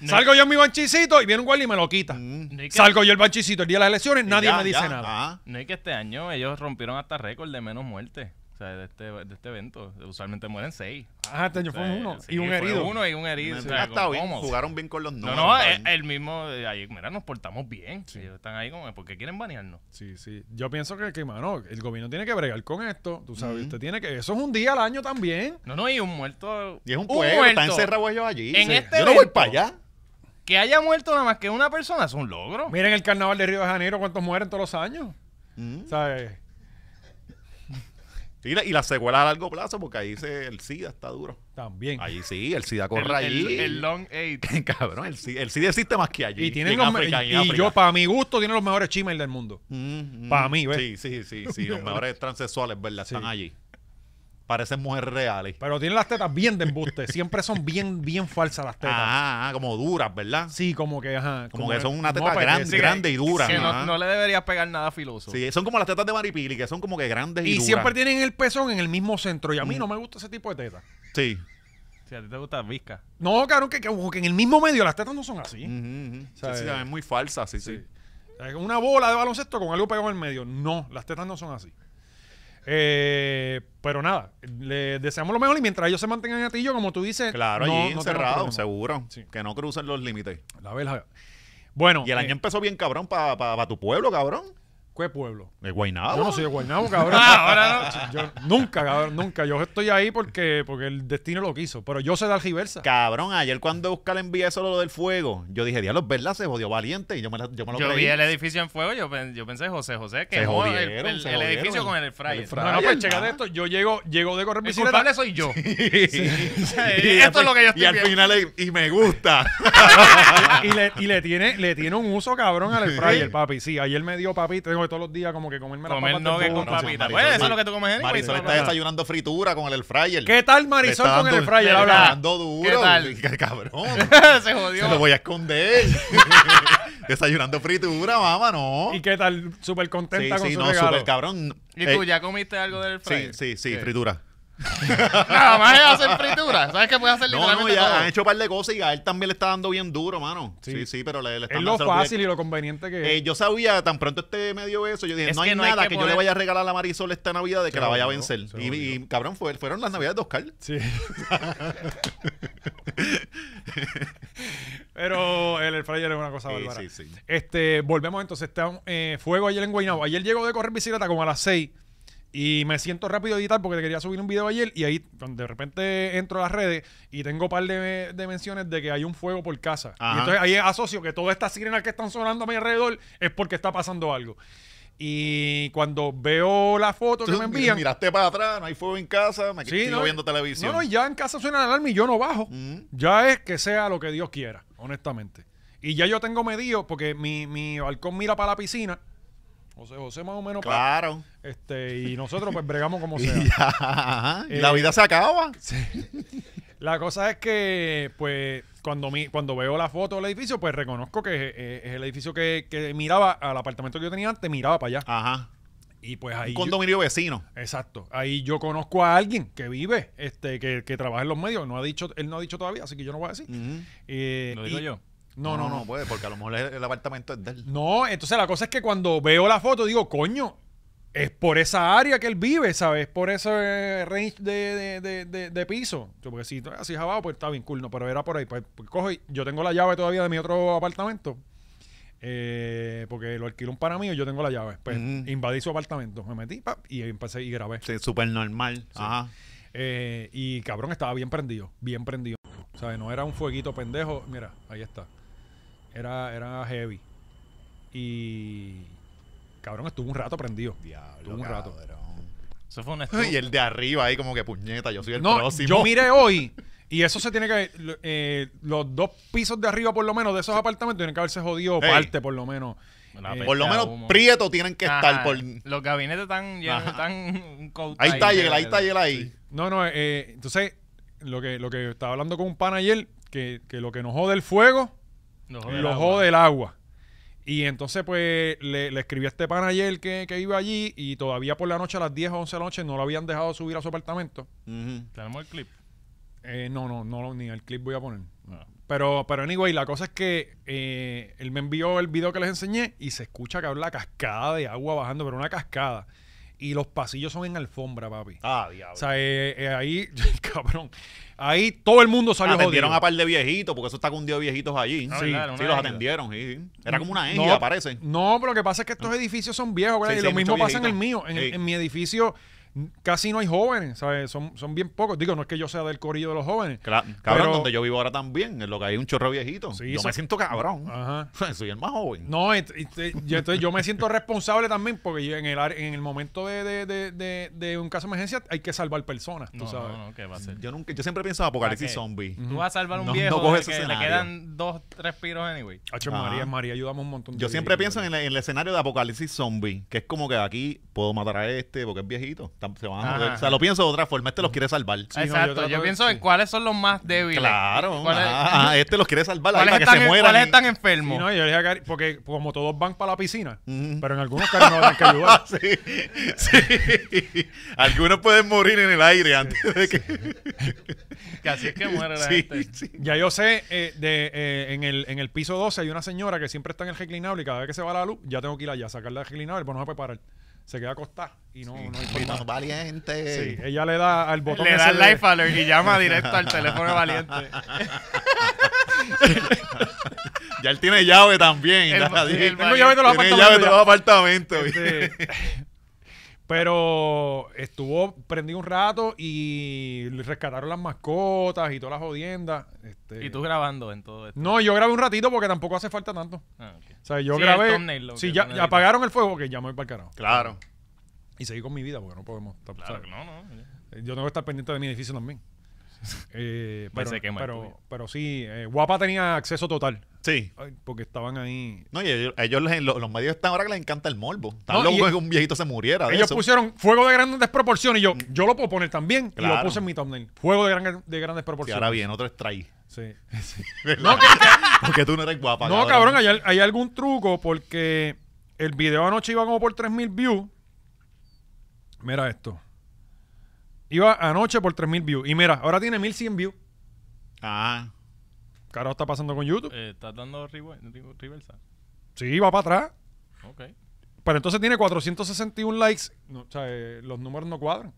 Salgo yo en mi banchicito y viene un guardia y me lo quita.
No hay que-
Salgo yo el banchicito el día de las elecciones,
y
nadie
Mm. ya, ah.
me dice
ya,
nada.
ajá.
No es que este año ellos rompieron hasta récord de menos muertes. O sea, de este, de este evento. Usualmente mueren seis.
Ajá, este año fue
O sea,
uno
sí,
y un
fue
herido.
Uno y un herido. o sea,
Ah, está
como-
bien,
¿cómo?
jugaron bien con los
No,
números.
no,
está
el,
bien.
el mismo. eh, ahí, mira, nos portamos bien. Ellos están ahí como, ¿por qué quieren banearnos?
Sí, sí. Yo pienso que, que, mano, el gobierno tiene que bregar con esto. Tú sabes, usted tiene que. Eso es un día al año también.
No, no, y un muerto.
Y es un pueblo,
muerto
están encerrados ellos allí.
En este
Yo no voy
evento.
para allá.
Que haya muerto nada más que una persona es un logro.
Miren el carnaval de Río de Janeiro, cuántos mueren todos los años.
Mm.
¿Sabes?
Y, la- y las secuelas a largo plazo, porque ahí se, el SIDA está duro.
También.
Ahí sí, el SIDA
El,
corre allí.
el-
[laughs]
el long eight.
Cabrón, el SIDA, el SIDA existe más que allí.
Y tienen
en
los
África,
me-
en
y
África.
yo, para mi gusto, tienen los mejores chimers del mundo.
Mm, mm.
Pa' mí, ¿ves?
Sí, sí, sí, sí.
[laughs]
Los mejores transexuales, ¿verdad? Están allí. Parecen mujeres reales.
Pero tienen las tetas bien de embuste. Siempre son bien, bien falsas las tetas.
Ajá, ajá, como duras, ¿verdad?
Sí, como que, ajá.
Ah. Como que son una
no pues,
teta
apetece.
grande, grande y dura.
Que
ajá.
no, no le deberías pegar nada filoso.
Sí, son como las tetas de Maripili, que son como que grandes y, Mm.
Y
duras.
siempre tienen el pezón en el mismo centro. Y a mí no me gusta ese tipo de tetas.
Sí.
Si a ti te gusta visca.
No, cabrón, que, que, que en el mismo medio las tetas no son así.
Ujú, ujú. Sí,
¿Sabes?
sí, es muy falsa, sí, sí.
Sí. O sea, Una bola de baloncesto con algo pegado en el medio. No, las tetas no son así. Eh, pero nada, le deseamos lo mejor y mientras ellos se mantengan a ti, yo, como tú dices,
Claro,
no- no
allí
tenemos
encerrados,
problema.
seguro.
Sí.
Que no crucen los límites.
La verdad. Bueno,
Y el año
eh,
empezó bien cabrón para tu pueblo, cabrón.
¿qué pueblo?
De Guaynabo.
Yo no soy de Guaynabo,
[laughs]
cabrón.
Ah,
Ah,
Yo- nunca, cabrón, nunca. Yo estoy ahí porque, porque el destino lo quiso. Pero yo sé dar reversa.
Cabrón, ayer cuando Oscar envía eso lo del fuego, yo dije, diablo, ¿verdad? Se jodió valiente. Y yo me, la- [laughs] yo me lo
Yo
creí.
vi el edificio en fuego, yo, pen- yo pensé José José, que
Se
no, el-
jodieron,
el,
se
el
jodieron.
edificio con el fryer.
El
No,
fryer.
No, no, pues
Brian,
checa
¿no?
de esto. Yo llego, llego de correr
El
bicicleta.
culpable soy [laughs] yo.
Y
Esto es lo que yo estoy
Y al
viendo.
final, le- y me gusta.
y le, y le tiene, le tiene un uso cabrón al fryer, papi. Sí, ayer me dio papi, tengo que todos los días como que comerme las
Comer
papas del
nuggets
burro.
con
No, sí,
papita.
Marisol,
Bueno, eso
Mar-
es lo que tú comes en
Marisol está
[laughs]
desayunando fritura con el air fryer.
¿Qué tal Marisol con el fryer?
Le está
Habla.
dando duro.
¿Qué tal?
[laughs] Qué Cabrón.
Se jodió.
Se lo voy
[laughs]
a esconder. [laughs] desayunando fritura, mamá, no.
¿Y qué tal? Súper
Sí,
contenta con
sí,
su
no,
regalo.
súper cabrón.
¿Y tú
Eh,
ya comiste algo del
Sí,
pues,
fryer?
sí, sí,
¿Qué?
fritura.
[laughs] Nada más es hacer fritura. ¿Sabes qué puedes hacer
No, no,
literalmente
ya
todo?
han hecho un par de cosas y a él también le está dando bien duro, mano. Sí, sí,
Sí.
pero le, le está
Es lo
se pude-
fácil y lo conveniente que
Eh, yo sabía, tan pronto este medio eso, yo dije,
Es
no hay
que no hay
nada
que
que, yo le
poner-
vaya a regalar a Marisol esta Navidad de que
Se
la vaya a
jodió,
vencer.
se
Y, y, cabrón, fue- fueron las Navidades de Oscar.
Sí. [laughs] Pero el air fryer es una cosa
Sí,
bárbara.
sí, sí.
Este, volvemos entonces. Está, eh, fuego ayer en Guaynabo. Ayer llego de correr bicicleta como a las 6 y me siento rápido a editar porque quería subir un video ayer y ahí de repente entro a las redes y tengo un par de, de menciones de que hay un fuego por casa.
Ajá.
Y entonces ahí asocio que todas estas sirenas que están sonando a mi alrededor es porque está pasando algo. Y cuando veo la foto que
Tú
me envían...
miraste para atrás, no hay fuego en casa, me
Sí,
sigo
no,
viendo televisión.
No, no, ya en casa suena la alarma y yo no bajo.
Mm.
Ya es que sea lo que Dios quiera, honestamente. Y ya yo tengo medido, porque mi, mi balcón mira para la piscina. José José más o menos para-
Claro.
Este, y nosotros pues bregamos como
[laughs] Y,
sea.
ya, ajá, y
Eh,
la vida se acaba.
La cosa es que, pues, cuando, mi, cuando veo la foto del edificio, pues reconozco que es, es- es el edificio que, que miraba al apartamento que yo tenía antes, miraba para allá.
Ajá.
Y pues
Un
ahí... yo-
condominio vecino.
Exacto. Ahí yo conozco a alguien que vive, este, que, que trabaja en los medios. No ha dicho, él no ha dicho todavía, así que yo no voy a decir.
Ujú.
Eh,
Lo digo
y-
yo.
No, no, no.
puede, Pues, porque a lo mejor el, el apartamento es de él.
No, entonces la cosa es que cuando veo la foto digo, coño, es por esa área que él vive, ¿sabes? Por ese range de, de- de- de- de piso. Yo, porque si así es abajo, pues está bien cool, no, pero era por ahí. Pues, pues cojo y- yo tengo la llave todavía de mi otro apartamento. eh, porque lo alquiló un para mí y yo tengo la llave. Pues
Ujú.
invadí su apartamento, me metí pap, y empecé y grabé.
Sí, súper normal. Ajá.
Eh, y cabrón, estaba bien prendido, bien prendido. O sea, no era un fueguito pendejo. Mira, ahí está. Era, era heavy. Y. Cabrón, estuvo un rato prendido.
Diablo,
Tuvo un rato.
cabrón.
Eso fue un
[laughs] Y el de arriba ahí como que puñeta, yo soy el
no,
próximo.
yo miré hoy. Y eso se tiene que. lo- eh, los dos pisos de arriba, por lo menos, de esos apartamentos, tienen que haberse jodido
Ey.
parte, por lo menos.
La
Eh,
peste
Por lo
a
menos
humo.
prieto tienen que estar
Ajá,
por...
Los gabinetes están llenos,
Ajá.
están un coat
Ahí está
de-
él,
de-
ahí está él ahí.
No, no, eh, entonces, lo que, lo que estaba hablando con un pan ayer, que, que lo que nos jode el fuego.
Lo jode el
lo
agua.
jode el agua. Y entonces, pues, le, le escribí a este pan ayer que, que iba allí y todavía por la noche, a las 10 o 11 de la noche, no lo habían dejado subir a su apartamento.
Ujú.
Tenemos el clip.
Eh, no, no, no, lo- ni el clip voy a poner. Pero, pero, anyway, la cosa es que eh, él me envió el video que les enseñé y se escucha que habla cascada de agua bajando, pero una cascada. Y los pasillos son en alfombra, papi.
Ah,
o
diablo.
sea, eh, eh, ahí, [laughs] cabrón, ahí todo el mundo salió
atendieron
jodido.
a par de viejitos, porque eso está cundido de viejitos allí.
Ah, ¿verdad?
sí,
Era
sí,
una
los
isla.
atendieron. sí, sí. Era como una
Mm, No,
isla, parece.
No, pero lo que pasa es que estos edificios son viejos, ¿verdad?
Ah. Sí,
y
sí,
lo
hay
mismo
muchos
pasa en el mío.
viejitos.
En,
Sí.
en mi edificio n- casi no hay jóvenes, ¿sabes? Son, son bien pocos. Digo, no es que yo sea del corillo de los jóvenes.
Cla- cabrón,
Pero-
donde yo vivo ahora también, en lo que hay un chorro viejito.
Sí,
yo
son-
me siento cabrón.
Ajá.
[laughs] Soy el más joven.
No, ent- ent- yo, entonces yo me siento responsable también porque yo en el, área- en el momento de, de- de- de- de un caso de emergencia hay que salvar personas, tú
No,
sabes.
no, no, ¿qué va a ser?
Yo nunca, yo siempre pienso en apocalipsis
Ok.
zombie.
Tú vas a salvar a un
No,
viejo
no coge
de
ese
que le
escenario.
quedan dos, tres piros anyway.
Hacho,
Ajá.
María, María, ayudamos un montón.
Yo siempre pienso en el, en el escenario de apocalipsis zombie, que es como que aquí puedo matar a este porque es viejito. Tam- Se van a
Ajá.
joder. O sea, lo pienso de otra forma. Este los quiere salvar.
no, yo
Exacto, yo,
trato de-
pienso en
sí.
cuáles son los más débiles.
Claro.
¿Cuáles,
ajá, ajá, este los quiere salvar ahí
cuáles
para que
están,
se
en-
mueran.
cuáles
[laughs]
están
Sí,
enfermos?
no, yo le dije a Gary, porque como todos van para la piscina,
Ujú.
pero en algunos casos no van a tener que ayudar.
Ah, Sí, sí. Algunos pueden morir en el aire antes de que.
Que así [laughs] es que muere la
Sí,
gente.
sí.
Ya yo sé, eh, de, eh, en, el, en el piso 12 hay una señora que siempre está en el reclinable y cada vez que se va la luz, ya tengo que ir allá a sacarla del reclinable, pues no se puede parar. Se queda acostada y no, no hay forma.
Vamos,
Sí,
valiente.
ella le da al botón
Le
ese
da el
de-
life alert y llama directo al teléfono valiente.
Ya él tiene llave también.
El-
ya,
el-
sí.
el-
Tengo llave de los
tiene llave de
apartamentos
los
ya.
apartamentos.
Este, pero estuvo prendido un rato y le rescataron las mascotas y todas las jodiendas. este.
Y tú grabando en todo esto.
No, yo grabé un ratito porque tampoco hace falta tanto. O
Ah, ok.
sea, yo
Sí, el
grabé.
thumbnail, lo
si
que
ya,
pone
ya
ahí.
apagaron el fuego, que ya me voy para el carajo.
Claro.
Y seguí con mi vida porque no podemos. estar-
Claro,
¿sabes?
que no, no.
Yo tengo que estar pendiente de mi edificio también. Eh,
Pues
pero,
se quema el tuyo.
pero, pero sí, eh, Guapa tenía acceso total.
Sí.
Ay, Porque estaban ahí.
No, y ellos, ellos les- lo- los, medios están ahora que les encanta el morbo. Están
No, y-
locos que un viejito se muriera. de
Ellos
eso. Mm.
pusieron fuego de grandes proporciones y yo, yo lo puedo poner también. Y lo
Claro.
puse en mi thumbnail. Fuego de, gran- de grandes
Sí,
proporciones.
ahora bien, otro strike.
Sí.
No, [laughs] porque tú no eres guapa.
No, cabrón, hay, al- hay algún truco porque el video anoche iba como por 3.000 views. Mira esto. Iba anoche por 3.000 views. Y mira, ahora tiene 1.100 views.
Ah.
Carajo, está pasando con YouTube.
Eh, Estás dando rever- rever- reversa.
Sí, va para atrás.
Ok.
Pero entonces tiene 461 likes. No, o sea, eh, los números no cuadran.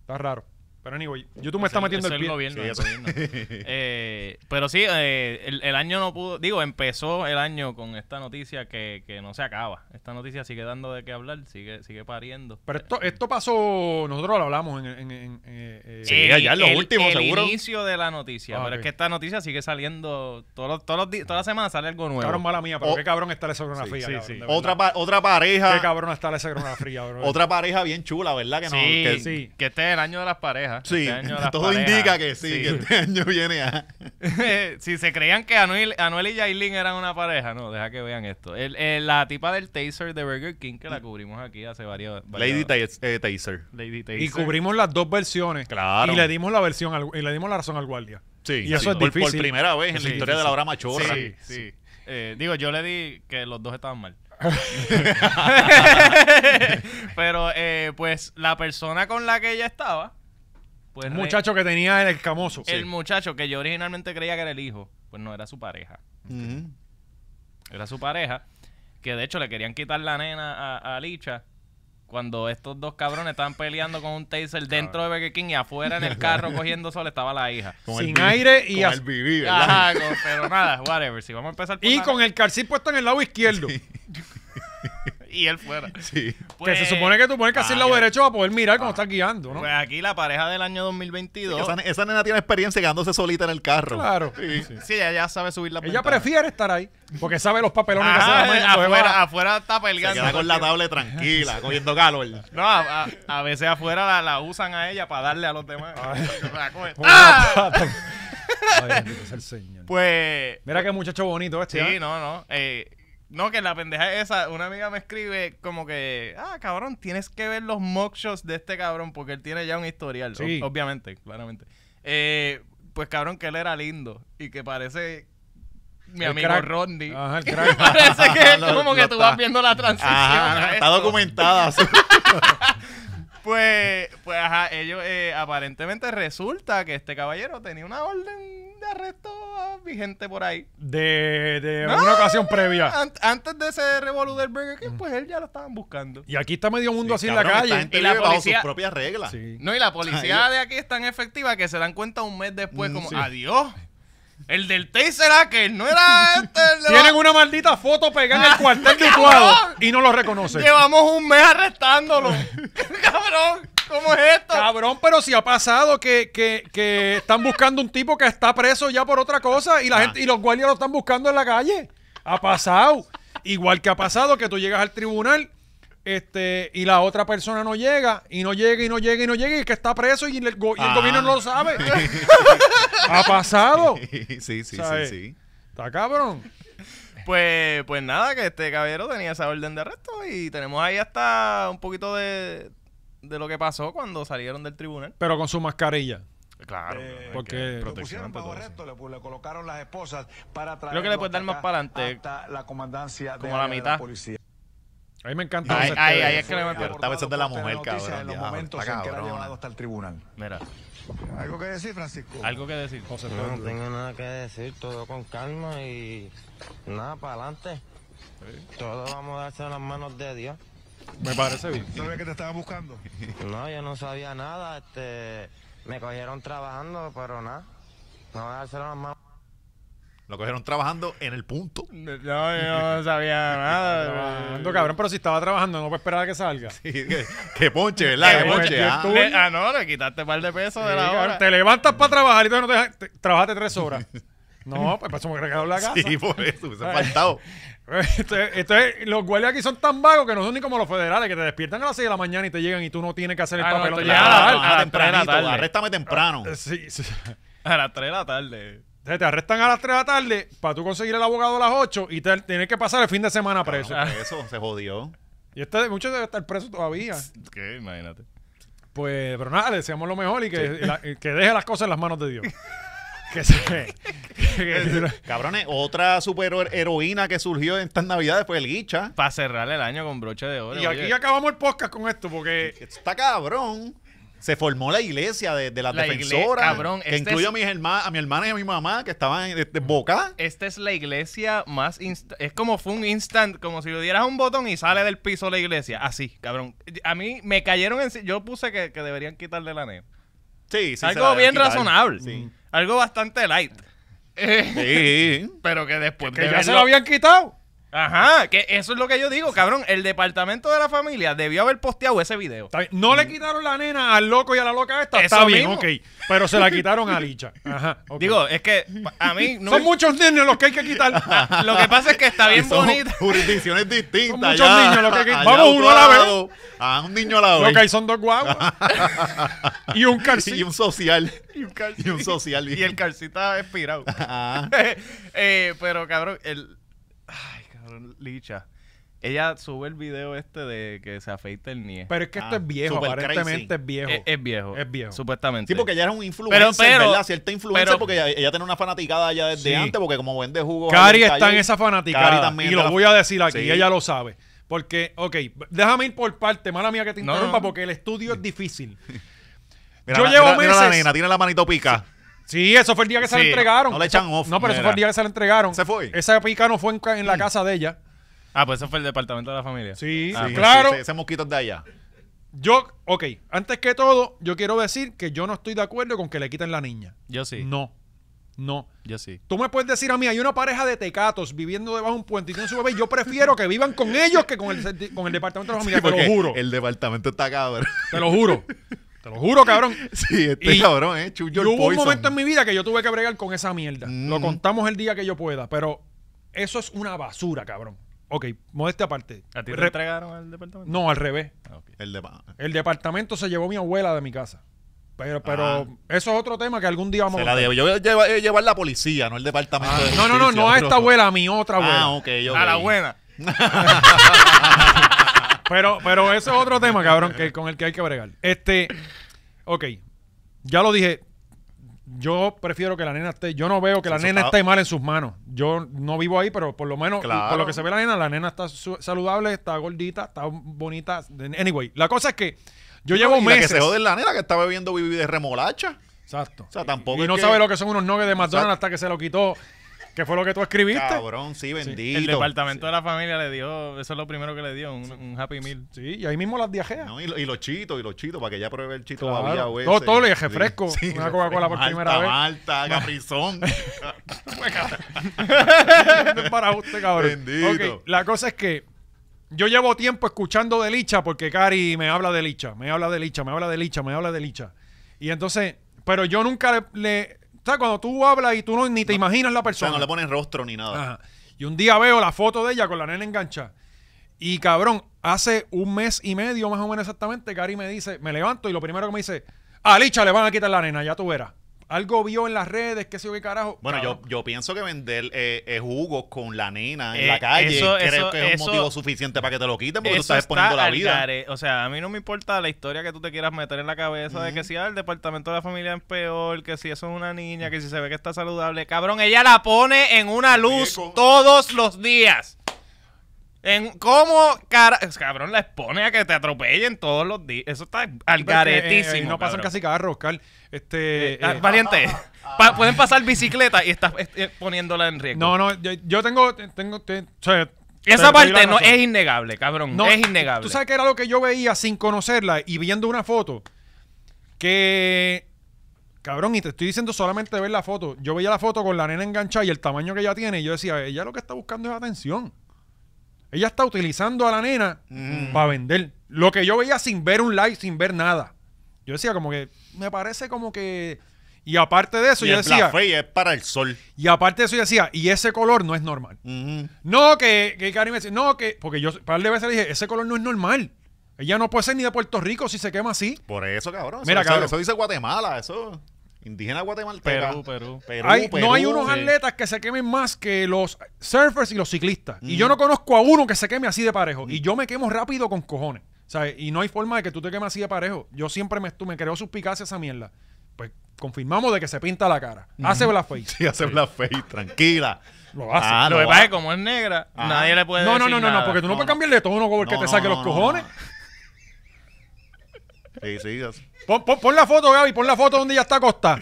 Está raro. Pero anyway, YouTube me está
Eso es-
metiendo el
eso es
pie.
gobierno,
Sí,
el
eso-
gobierno. Eh, pero sí, eh, el, el año no pudo. Digo, empezó el año con esta noticia que, que no se acaba. Esta noticia sigue dando de qué hablar, sigue, sigue pariendo.
Pero esto, esto pasó, nosotros lo hablamos en... en- en- eh, eh,
Sí. allá en lo último,
el
seguro.
inicio de la noticia.
Ah,
pero
ok.
es que esta noticia sigue saliendo. Todos los, todos los días, toda la semana sale algo nuevo.
Cabrón, mala mía, pero
O-
qué cabrón está la segrona
Sí,
fría.
sí,
cabrón,
sí.
de verdad.
Otra, pa- otra
Qué
pareja.
cabrón está la segrona
[laughs]
fría, bro.
Otra pareja bien chula, ¿verdad? Que no-
sí,
que-
sí.
que este es el año de las parejas.
Sí,
este año de las
[laughs] todo
parejas.
indica que sí, que este año viene a...
[laughs] si se creían que Anuel, Anuel y Yailin eran una pareja, no, deja que vean esto. El- el- la tipa del taser de Burger King que la cubrimos aquí hace varios... varios-
Lady Tas- eh, Taser.
Lady Taser.
Mm. y cubrimos las dos versiones.
Claro.
Y le dimos la versión al- y le dimos la razón al guardia.
Sí,
Y eso
sí.
es
por,
difícil.
por primera vez en
Eso
la
es
historia de la obra machorra.
Sí, sí. Eh, digo, yo le di que los dos
[laughs]
estaban mal. Pero, eh, pues, la persona con la que ella estaba Pues
Un
re-
muchacho que tenía el escamoso.
el muchacho que yo originalmente creía que era el hijo, pues no era su pareja.
Ujú.
Era su pareja. Que de hecho le querían quitar la nena a, a Licha. Cuando estos dos cabrones estaban peleando con un taser dentro de Burger King y afuera
[laughs]
en el carro cogiendo sol estaba la hija.
Con
Sin
el-
aire y
con
as-
el vivir, ¿verdad? [laughs]
Ajá, con- pero nada, whatever. Si vamos a empezar por
Y
la-
con el calcí puesto en el lado izquierdo.
y él fuera.
Sí.
Pues-
que se supone que tú pones casi el lado
Ah, ya.
derecho para poder mirar cuando estás guiando, ¿no?
Pues aquí la pareja del año 2022.
Esa, esa nena tiene experiencia quedándose solita en el carro.
claro.
Sí, ella ya sabe subir la
Ella prefiere estar ahí porque sabe los papelones que se
Ajá,
dan. entonces
Ah, afuera,
va-
afuera está
Se
peleando.
queda con la tablet tranquila, cogiendo calor.
No, a, a- a veces afuera la, la usan a ella para darle a los demás. [laughs] La coge.
con
¡Ah!
una
[laughs]
pata. Ay, bendito sea el Señor.
Pues
Mira qué muchacho bonito este.
Sí,
¿eh?
no, no. Eh, no, que la pendeja es esa. Una amiga me escribe como que, ah, cabrón, tienes que ver los mockshots de este cabrón porque él tiene ya un historial.
Sí.
Ob- obviamente, claramente. Eh, pues cabrón, que él era lindo y que parece mi
El
amigo
crack.
Rodney.
Ajá, el crack.
[laughs] Parece que es
Ah. [laughs] Lo-
como
lo
que tú
está.
vas viendo la transición.
Ajá,
a
está
esto. [laughs]
documentada. su-
Pues, pues, ajá, ellos eh, aparentemente resulta que este caballero tenía una orden de arresto ah, vigente por ahí.
De, de
[laughs] No,
una ocasión previa.
Ant- antes de ese revolú del Burger King, pues él ya lo estaban buscando.
Y aquí está medio mundo así en la
Cabrón,
calle.
Esta gente
Y la
vive bajo
policía-
sus propias reglas.
Sí.
No, y la policía de aquí es tan efectiva que se dan cuenta un mes después,
Mm,
como,
sí.
adiós. El del taser aquel no era este. el de
Tienen
los-
una maldita foto pegada en el cuartel de Utuado y no lo reconocen.
[laughs] Llevamos un mes arrestándolo. [laughs] Cabrón, ¿cómo es esto?
Cabrón, pero si ha pasado que, que, que están buscando un tipo que está preso ya por otra cosa y la gente y los guardias lo están buscando en la calle. Ha pasado. Igual que ha pasado que tú llegas al tribunal este, y la otra persona no llega y no llega y no llega y no llega y el que está preso y el, go- y el
Ah.
gobierno no lo sabe. [laughs] ha pasado.
[laughs] Sí, sí, sí,
¿Sabe?
sí.
Está cabrón.
Pues, pues nada, que este caballero tenía esa orden de arresto y tenemos ahí hasta un poquito de, de lo que pasó cuando salieron del tribunal.
Pero con su mascarilla.
Claro.
Eh,
hay
porque-
que
Lo
Lo
protección
pusieron
ante
bajo
todo eso.
arresto, le, pu- le colocaron las esposas para traer.
Creo que le puedes dar más pa'lante.
Hasta la comandancia
Como
de
a la
área de
mitad.
policía.
A mí me encanta.
Ay,
ese
ay,
este-
ay, es que le
Fue
metieron.
Está besando a la
abordado
mujer,
por Telenoticias
cabrón,
En los
diablo,
momentos
está
en que era
cabrona.
llevado hasta el tribunal.
Mira,
¿Algo que decir, Francisco?
algo que decir.
José
No,
Pedro.
no tengo nada que decir, todo con calma y nada, para adelante. Todo vamos a darse en las manos de Dios.
Me parece bien.
¿Sabes que te
[laughs]
estaban buscando?
No, yo no sabía nada, este, me cogieron trabajando, pero nada. No voy a dárselo en las manos.
Lo cogieron trabajando en el punto. [laughs]
No, yo no sabía nada.
Trabajando, cabrón, pero si estaba trabajando, no pueede esperar a que salga.
Sí, que, que ponche, ¿verdad?
Que
Que ponche.
ponche,
ah.
tú-
Le- ah, no, le quitaste un par de pesos de
Sí,
la
cabrón,
hora.
Te levantas para trabajar y tú no te, dejas- te- trabajaste tres
[laughs]
horas. No, pues para eso me regalaron la casa. [laughs]
Sí, por eso, se
Eh.
ha faltado.
Entonces, entonces, los guardias aquí son tan vagos que no son ni como los federales, que te despiertan a las 6 de la mañana y te llegan y tú no tienes que hacer el
Ah, no,
papelón.
te
de
llegan
nada.
a la-
Ah,
a las tres de la
tempranito,
tarde.
arréstame temprano.
Eh, sí, sí.
A las 3 de la tarde.
Entonces, te arrestan a las 3 de la tarde para tú conseguir el abogado a las 8 y te, tienes que pasar el fin de semana preso.
Por Eso
[laughs]
se jodió.
Y este, muchos deben estar presos todavía.
¿Qué? Imagínate.
Pues, pero nada, le deseamos lo mejor y que, la- que deje las cosas en las manos de
[laughs]
Dios. que se. que-
Cabrones, otra super heroína que surgió en estas navidades fue el Guicha.
Para cerrar el año con broche de oro.
y aquí
oye.
acabamos el podcast con esto porque.
Está cabrón. Se formó la iglesia de, de las
La igle-
defensoras.
cabrón,
que
este
incluye
es-
a, mis herma- a mi hermana y a mi mamá que estaban en, de, de boca.
Esta es la iglesia más... inst- Es como fue un instant, como si le dieras un botón y sale del piso la iglesia. Así, cabrón. A mí me cayeron en... Yo puse que, que deberían quitarle la neo.
Sí, sí. se la
Algo
deben
bien
quitar.
razonable.
Sí.
Algo bastante light. [laughs] Eh,
Sí.
pero que después
Que
de
ya se
verlo-
lo habían quitado.
Ajá, que eso es lo que yo digo, cabrón. El departamento de la familia debió haber posteado ese video.
Está bien. No
Mm.
le quitaron la nena al loco y a la loca esta.
Eso
Está bien,
mismo.
ok. Pero se la quitaron a Licha. Ajá. ok.
Digo, es que pa-
[laughs]
a mí no
son
me-
muchos niños los que hay que quitar.
[laughs]
lo que pasa es que está
[laughs]
bien
Y son
bonita.
Jurisdicciones distintas.
Son muchos
ya.
niños los que hay que-
Allá
Vamos uno a la vez.
lado, Ah, un niño a la vez.
Lo que hay son dos
[laughs]
guaguas. y un calcín.
Y un social. y un, social.
Y el
[laughs]
calcita expirado.
Ah.
[laughs] Eh, pero cabrón, el ay, cabrón, Licha. Ella sube el video este de que se afeita el nie.
Pero es que esto
Ah,
es viejo,
super
aparentemente
crazy. Eh,
es viejo.
Es, es viejo.
Es viejo.
Supuestamente.
Sí, porque ella era un influencer,
Pero- pero-
¿verdad? Cierta influencer,
pero-
porque ella, ella tiene una fanaticada ya desde
Sí.
antes, porque como vende jugos...
Cari
ahí
está en
calle,
esa
Cari
fanaticada.
también
Y
es de
lo
la-
voy a decir aquí,
Sí.
y ella lo sabe. Porque, ok, déjame ir por parte, mala mía que te
No,
interrumpa,
no.
porque el estudio es difícil.
Mira
Yo
la-
llevo
mira- mira la
meses.
nena, tiene la manito pica.
Sí, eso fue el día que se la
Sí,
entregaron.
no le echan off,
No, pero eso
mira.
fue el día que se la entregaron.
¿Se fue? Mm.
Esa pica no fue en, ca- en la casa de ella.
Ah, pues eso fue el departamento de la familia.
Sí,
Ah,
Sí,
claro.
Ese, ese mosquito es de allá.
Yo, ok, antes que todo, yo quiero decir que yo no estoy de acuerdo con que le quiten la niña.
Yo sí.
No, no.
Yo sí.
Tú me puedes decir a mí, hay una pareja de tecatos viviendo debajo de un puente y tienen su bebé. y Yo prefiero que vivan con ellos que con el, con el departamento de la familia.
Sí,
te lo
porque
juro.
El departamento está cabrón. [laughs]
Te lo juro. Te lo juro, cabrón.
Sí, este
Y-
cabrón, ¿eh? Choose
Yo
your
hubo un
poison.
momento en mi vida que yo tuve que bregar con esa mierda. Lo
Mm.
contamos el día que yo pueda, pero eso es una basura, cabrón. Ok, modestia aparte.
¿A ti te
Re-
entregaron al departamento?
no, al revés.
Ah, ok.
El de pa-
El departamento se llevó mi abuela de mi casa. Pero, pero
Ah.
eso es otro tema que algún día vamos
Se
a
la
hablar.
debe yo lleva- eh, llevar la policía, no el departamento de
No, no, no,
justicia,
no a
otro.
esta abuela, a mi otra abuela.
Ah, ok, ok.
A la buena.
Pero, pero eso es otro tema, cabrón, que, con el que hay que bregar. Este, ok, ya lo dije. Yo prefiero que la nena esté. Yo no veo que la
Eso
nena
está-
esté mal en sus manos. Yo no vivo ahí, pero por lo menos,
Claro.
por lo que se ve la nena, la nena está su- saludable, está gordita, está bonita. Anyway, la cosa es que yo llevo
Y la
meses.
que se jode es la nena que está bebiendo bibi de remolacha.
Exacto.
O sea, tampoco
y
es
no
que-
sabe lo que son unos nuggets de McDonald's
Exacto.
hasta que se lo quitó. Que fue lo que tú escribiste.
Cabrón, sí, bendito.
El departamento de la familia le dio, eso es lo primero que le dio, un, un Happy Meal.
Sí, y ahí mismo las diajeas. [laughs]
No, y, lo- y los chitos, y los chitos, para que ella pruebe el chito
Claro.
babiado ese.
Todo- todo le dije, fresco, una
refresco,
Coca-Cola por primera vez.
Malta,
[laughs]
caprizón.
para usted, cabrón.
Bendito.
Ok, la cosa es que yo llevo tiempo escuchando de Licha porque Cari me habla de Licha, me habla de Licha, me habla de Licha, me habla de Licha. Y entonces, pero yo nunca le... le- ¿Sabes? Cuando tú hablas y tú no, ni te imaginas la
o sea,
persona.
no le ponen rostro ni
Ah,
nada.
Ajá. Y un día veo la foto de ella con la nena enganchada. Y cabrón, hace un mes y medio más o menos exactamente, Cari me dice, me levanto y lo primero que me dice, a Licha le van a quitar la nena, ya tú verás. Algo vio en las redes, qué sé yo qué carajo.
Bueno, yo,
Cabrón.
yo pienso que vender eh, eh, jugos con la nena en
Eh,
la calle
eso-
creo
eso-
que es
eso-
un motivo suficiente para que te lo quiten porque tú
Eso
estás exponiendo
está
la
al
vida.
gare. O sea, a mí no me importa la historia que tú te quieras meter en la cabeza de que si ah, el departamento de la familia es peor, que si eso es una niña, que si se ve que está saludable. Cabrón, ella la pone en una luz
Viejo.
todos los días. En cómo cara- cabrón la expone a que te atropellen todos los días. Eso está al
Pero es que, eh,
garetísimo.
ahí no pasan
cabrón.
casi carros, Oscar. Este,
Ah,
eh,
Valiente, pa- pueden pasar bicicleta y estás eh, poniéndola en riesgo.
no, no, yo, yo tengo, tengo, te- o sea, te
Esa
doy la
parte no
razón.
es innegable, cabrón.
No,
es innegable.
Tú sabes que era lo que yo veía sin conocerla y viendo una foto que cabrón, y te estoy diciendo solamente de ver la foto. Yo veía la foto con la nena enganchada y el tamaño que ella tiene y yo decía, ella lo que está buscando es atención. Ella está utilizando a la nena para vender. Lo que yo veía sin ver un like, sin ver nada. Yo decía como que me parece como que y aparte de eso
Y
yo
el
decía,
Black Friday es para el sol.
y aparte de eso yo decía, y ese color no es normal.
Ujú.
No, que, que Karim me decía, no, que. Porque yo un par de veces le dije, ese color no es normal. Ella no puede ser ni de Puerto Rico si se quema así.
Por eso, cabrón.
Mira,
Mira, eso,
cabrón.
Eso dice Guatemala, eso. Indígena guatemalteca.
Perú, Perú.
Perú,
Hay-
Perú.
no hay unos
Sí.
atletas que se quemen más que los surfers y los ciclistas. Y yo no conozco a uno que se queme así de parejo. Y yo me quemo rápido con cojones. ¿sabes? Y no hay forma de que tú te quemes así de parejo. Yo siempre me, tú me creo suspicacia esa mierda. Pues confirmamos de que se pinta la cara. Hace black face.
Sí, hace blackface, tranquila.
Lo hace.
Ah,
lo que
lo
pasa es
hace.
que como es negra,
Ah.
nadie le puede
No, no,
decir
no, no, no,
nada.
porque tú no,
No,
puedes
no.
cambiarle de tono porque
No,
te
no,
saque
no,
los
no,
cojones.
no. Sí, sí. es-
Pon, pon- pon la foto, Gaby, pon la foto donde ella está acostada.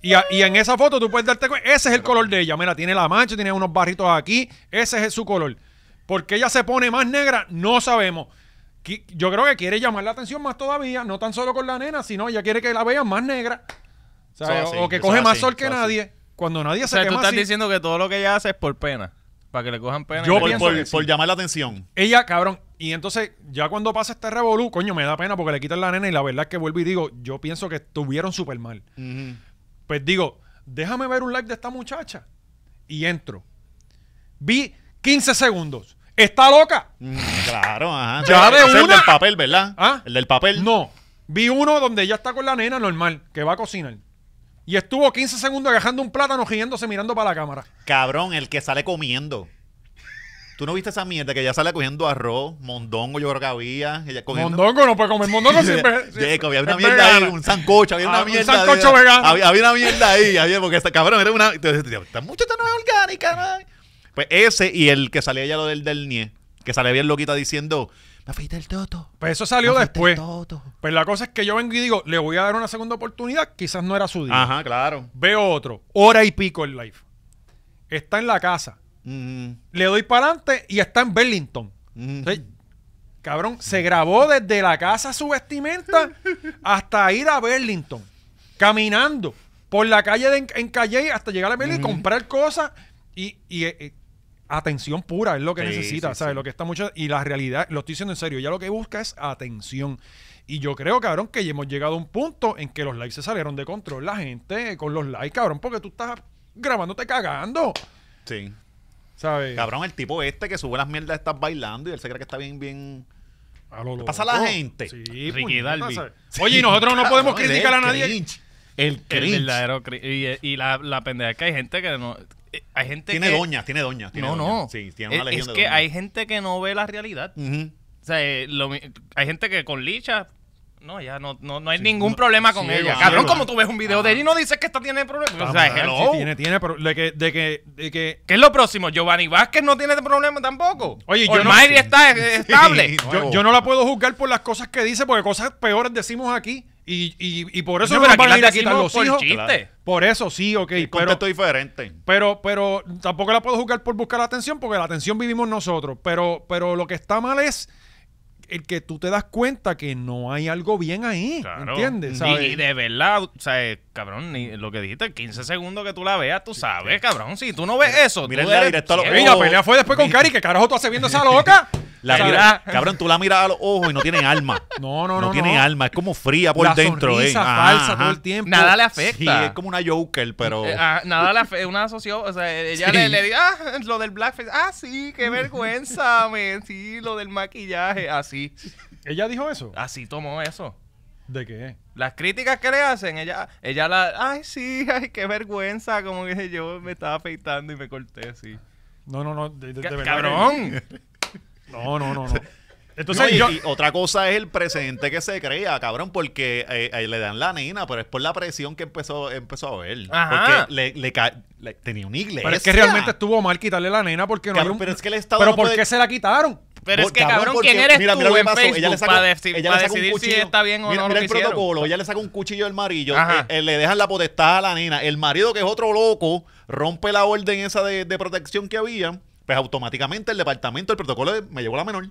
Y, a- y en esa foto tú puedes darte cuenta, ese es el color de ella. Mira, tiene la mancha, tiene unos barritos aquí, ese es su color. Porque ella se pone más negra, no sabemos. Qui- Yo creo que quiere llamar la atención más todavía, no tan solo con la nena, sino ella quiere que la vean más negra. O sea,
Eso así,
o que
eso
coge más
así,
sol que
eso así.
nadie. Cuando nadie
O sea,
se
tú
quema
estás
así.
diciendo que todo lo que ella hace es por pena. Para que le cojan pena.
Yo
y-
por,
pienso
por-
que sí.
por llamar la atención.
Ella, cabrón. Y entonces, ya cuando pasa este revolú, coño, me da pena porque le quitan la nena y la verdad es que vuelvo y digo, yo pienso que estuvieron súper mal. Pues digo, déjame ver un like de esta muchacha. Y entro. Vi 15 segundos. ¿Está loca?
Mm, Claro, ajá.
Ya
Ese-
de
ese es
una-
El del papel, ¿verdad?
¿Ah?
El del papel.
No. Vi uno donde ella está con la nena normal, que va a cocinar. Y estuvo 15 segundos agajando un plátano, riéndose, mirando para la cámara.
Cabrón, el que sale comiendo. ¿Tú no viste esa mierda que ya sale cogiendo arroz, mondongo, yo creo que había? Ella cogiendo... [laughs]
Mondongo no puede comer mondongo siempre.
Jacob, había una
es
mierda
vegana.
ahí, un sancocho, había
Ah,
una
un
mierda.
sancocho
de-
vegano.
Había, había una mierda ahí, había, porque esta cabrón era una. Entonces, yo, Esta muchacha no es orgánica, ¿no? Pues ese y el que salía ya lo del del NIE, que salía bien loquita diciendo. La feita del toto.
Pues eso salió
La feita del
después.
toto.
Pues la cosa es que yo vengo y digo, le voy a dar una segunda oportunidad, quizás no era su día.
Ajá, claro.
Veo otro, hora y pico el live. Está en la casa.
Mm,
Le doy para adelante y está en Burlington.
mm.
Entonces, cabrón, se grabó desde la casa su vestimenta hasta ir a Burlington, caminando por la calle de, en Calle hasta llegar a Burlington y comprar cosas y, y, eh, atención pura es lo que
Sí,
necesita,
sí,
¿sabes?
sí.
Lo que está mucho y la realidad, lo estoy diciendo en serio, ya lo que busca es atención. Y yo creo, cabrón, que ya hemos llegado a un punto en que los likes se salieron de control. La gente con los likes, cabrón, porque tú estás grabándote cagando,
Sí.
¿sabes?
Cabrón, el tipo este que sube las mierdas estás bailando y él se cree que está bien, bien.
A lo
pasa a
loco.
la gente?
Sí, pues,
Ricky
pues,
puñeta,
Dalby.
¿sabes? Oye, y nosotros no podemos
Cabrón,
criticar a
el
nadie.
cringe.
El,
cringe.
verdadero cri- Y, y la, la pendeja es que hay gente que no. eh, Hay gente
Tiene
que.
doñas, tiene doñas. tiene
No,
doñas.
no.
Sí, tiene
es,
una legión
es
de
que
doñas.
hay gente que no ve la realidad.
Ujú.
O sea, eh, lo mi- hay gente que con licha. No, ya no, no, no hay ningún problema con
ciego,
ella.
ciego.
Cabrón, como tú ves un video de ella y no dices que esta tiene problemas. O sea,
Cabrón,
hello.
sí, tiene, tiene, pero de que, de que, de que
¿Qué es lo próximo? Giovanni Vázquez no tiene problema tampoco.
Oye, yo no-
Almighty está eh, estable.
[laughs] Sí,
yo,
nuevo.
yo no la puedo juzgar por las cosas que dice, porque cosas peores decimos aquí. Y, y, y por eso
Coño,
no
pero
nos van
aquí
a ir a quitar
las decimos
los
por
hijos.
chiste.
Por eso, sí, ok.
El
Pero,
contexto es diferente.
pero, pero tampoco la puedo juzgar por buscar atención, porque la atención vivimos nosotros. Pero, pero lo que está mal es el que tú te das cuenta que no hay algo bien ahí.
Claro.
¿Entiendes?
Y-
¿Sabes?
Y, de verdad, o sea, eh, cabrón, ni lo que dijiste, 15 segundos que tú la veas, tú sabes, cabrón. Si tú no ves eso,
mira
tú
la
eres
directa a los
ciego.
Ey, la pelea fue después con Cari. ¿Qué carajo tú haces viendo
[laughs]
esa loca?
La
¿Sabes?
mira- cabrón, tú la miras a los ojos y no tienen alma.
[laughs] No, no, no, no.
tienen alma, es como fría por
la
dentro.
sonrisa
eh. Ajá,
falsa
ajá.
todo el tiempo.
Nada le afecta.
Sí, es como una Joker, pero.
Eh, ah, nada, la fe- una asoció, o sea, ella
Sí.
le, le di, ah, lo del blackface, ah, sí, qué vergüenza, [laughs] men, sí, lo del maquillaje, así,
Ella dijo eso.
así tomó eso.
¿De qué?
Las críticas que le hacen, ella, ella la, ay, sí, [laughs] ay, qué vergüenza, como que yo me estaba afeitando y me corté así.
No, no, no. De, de- de
Ca-
verdad
Cabrón.
que- No, no, no, [laughs] no. Entonces
No, y,
yo.
y otra cosa es el precedente que se crea, cabrón, porque eh, eh, le dan la nena, pero es por la presión que empezó, empezó a ver.
Ajá.
Porque le, le ca- le- tenía una iglesia.
pero es que realmente estuvo mal quitarle la nena porque no
Cabrón,
había un-
pero es que el Estado
Pero
no
¿por
puede-
qué se la quitaron?
Pero es
Por-
que, cabrón,
porque-
¿quién eres
mira,
tú
mira lo que
en
pasó. Ella le
Facebook
sacó-
para deci-
ella le
para
sacó un
decidir si
cuchillo.
está bien o
Mira-
no
mira
lo
el
que hicieron?
protocolo. Ella le saca un cuchillo al marido.
Ajá.
eh, eh, le dejan la potestad a la nena. El marido, que es otro loco, rompe la orden esa de, de protección que había. Pues automáticamente el departamento, el protocolo de- me llevó la menor.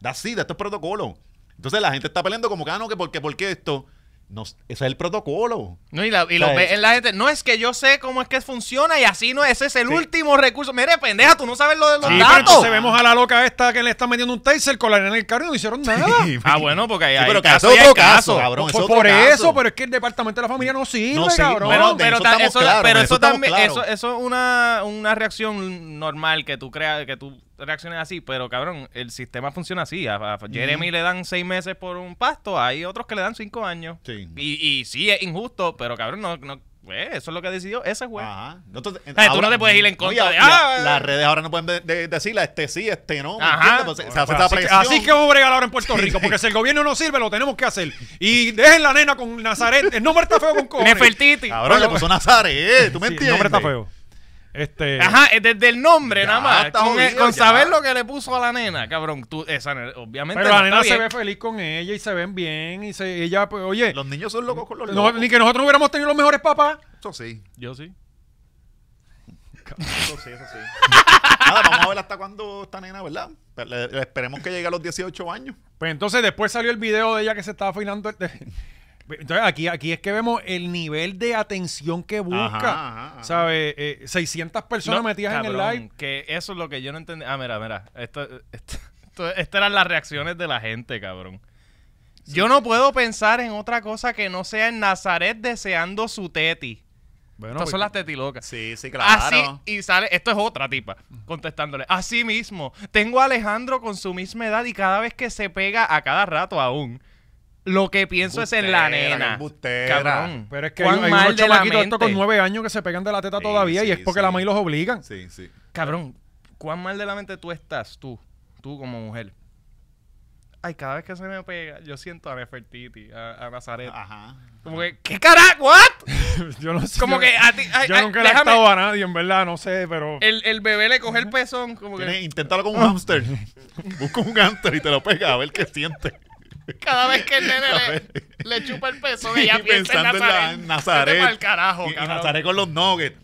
Da sí, de estos protocolos. Entonces la gente está peleando como que, ah, no, que por qué, por qué esto. No, ese es el protocolo.
No, y, la- y lo
¿Sabes?
ve en la gente. No, es que yo sé cómo es que funciona y así no, ese es el
Sí.
último recurso. Mire, pendeja, tú no sabes lo de los
Sí, pero
datos.
entonces vemos a la loca esta que le está metiendo un taser con la nena en el carro y no hicieron nada.
[laughs]
Ah, bueno, porque ahí
Sí,
hay
pero que
caso
es
y hay
otro caso, cabrón. es
por
otro
por eso,
caso.
pero es que el departamento de la familia no sirve,
No sirve,
cabrón.
no,
Pero,
de
pero
eso
ta-
estamos
eso,
claros,
pero
de
eso
eso estamos
también,
claros.
eso, eso es una, una reacción normal que tú creas, que tú reacciones así, pero cabrón, el sistema funciona así. A, a Jeremy le dan seis meses por un pasto, hay otros que le dan cinco años.
Sí.
Y, y sí, es injusto, pero cabrón, no, no, eh, eso es lo que decidió ese juez.
Ajá. Entonces,
sea, pues. tú no te puedes ir en contra
y a-
de,
y a-
ah,
las redes ahora no pueden de- de- decirla, este sí, este no. ¿me
Ajá.
entiendes? Pues se- se hace esa
Así que,
presión.
así que vamos a bregar ahora en Puerto Rico, porque si el gobierno no sirve, lo tenemos que hacer. Y dejen la nena con Nazaret. El nombre está feo con cojones.
Nefertiti.
Cabrón, le puso Nazaret, ¿tú me
Sí,
entiendes?
el nombre está feo. Este,
Ajá, es desde el nombre
Ya,
nada más.
está
Con,
jodido,
el- con
ya.
saber lo que le puso a la nena, cabrón. Tú, esa nena, obviamente.
Pero
no
la nena
está
se
bien.
ve feliz con ella y se ven bien. Y se, ella, pues, oye,
Los niños son locos con los
no-
locos.
ni que nosotros hubiéramos tenido los mejores papás.
Eso sí,
Yo sí.
eso
[laughs]
sí, eso sí. Nada, vamos a ver hasta cuándo esta nena, ¿verdad? Pero le- le esperemos que llegue a los 18 años.
Pues entonces después salió el video de ella que se estaba afeinando. el- [laughs] Entonces aquí, aquí es que vemos el nivel de atención que busca.
Ajá, ajá, ajá.
¿Sabes? Eh, 600 personas
No,
metidas en el
cabrón,
live.
Que eso es lo que yo no entendí. Ah, mira, mira. Esto, esto- esto- estas eran las reacciones de la gente, cabrón. Yo no puedo pensar en otra cosa que no sea en Nazaret deseando su teti.
Bueno,
Estas
pues,
son las tetilocas.
Sí, sí,
Así,
claro.
y sale, esto es otra tipa, contestándole. Así mismo, tengo a Alejandro con su misma edad y cada vez que se pega a cada rato aún, lo que pienso es en la
Embustera, qué
nena.
embustera.
Cabrón.
pero es que hay,
Cuán
hay
mal
unos
de la
chamaquitos estos con
mente.
nueve años que se pegan de la teta
Sí,
todavía y
sí,
es porque
sí.
la maíz los obligan.
Sí, sí.
Cabrón, cuán mal de la mente tú estás, tú, tú como mujer. Ay, cada vez que se me pega, yo siento a Nefertiti, a, a Nazaret.
Ajá.
Como que, ¿qué carajo? ¿What?
yo no sé.
Como
yo-
que a ti- ay,
yo
ay,
nunca le he
déjame-
estado a nadie, en verdad, no sé, pero.
El, el bebé le coge el pezón, como que
Tienes- inténtalo
Ah.
con un hamster. Busca un hamster y te lo pega a ver qué siente.
[laughs] cada vez que el
[laughs]
nene le, le chupa el pezón, ella
Y
piensa en
pensando en la-
Nazaret.
en Nazaret.
Vete pa'l carajo,
Y, y
cabrón.
Nazaret con los nuggets.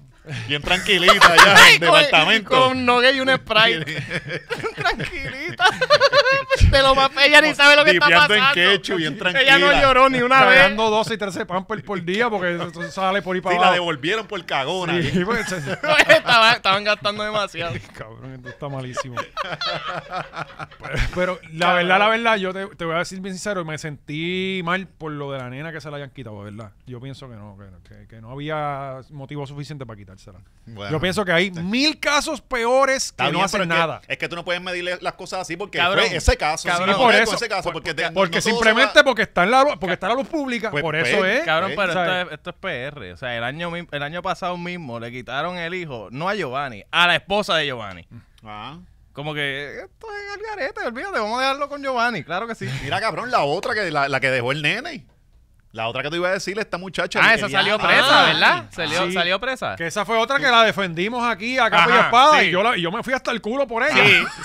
Bien tranquilita allá en el
Ay, con-
departamento.
Con un nugget y un Sprite. [laughs] Tranquilita. [laughs] De lo
[laughs]
más, ella ni sabe lo que está
Dipeando en
pasando.
quechu, bien
Ella no
tranquila.
lloró ni una vez.
Cargando 12 y 13 pampers por día porque eso sale por ahí
Sí,
para
la
abajo.
devolvieron por cagona.
Sí, [laughs] pues,
[laughs]
es-
Estaban- estaban gastando demasiado.
Cabrón, esto está [laughs] malísimo. pero, pero la verdad, la verdad, yo te, te voy a decir bien sincero, me sentí mal por lo de la nena que se la hayan quitado, ¿verdad? Yo pienso que no, que, que- que no había motivo suficiente para quitársela.
Bueno.
yo pienso que hay mil casos peores que
Está
no
bien,
hacen
pero es que-
nada.
Es que, tú no puedes medirle las cosas así porque
Cabrón.
fue ese caso.
Cabrón.
sí,
Y por
fue
eso,
ese caso, porque, te-
Porque
no todo se
simplemente
va-
porque está en la luz, porque está en la luz pública,
Pues,
por
pues,
eso es.
cabrón.
Cabrón, pero
¿sabes?
esto es, esto es PR. O sea, el año, mi- el año pasado mismo le quitaron el hijo, no a Giovanni, a la esposa de Giovanni.
Ah.
Como que esto es el garete, olvídate, vamos a dejarlo con Giovanni, claro que sí.
Mira, cabrón, la otra que la, la que dejó el nene. La otra que te iba a decir, esta muchacha.
Ah,
el-
esa
el-
salió
ah,
presa, ¿verdad? Salió,
Sí.
salió presa.
Que esa fue otra que la defendimos aquí a capa y
Ajá,
espada
sí.
y yo, la- y yo me fui hasta el culo por ella. [laughs]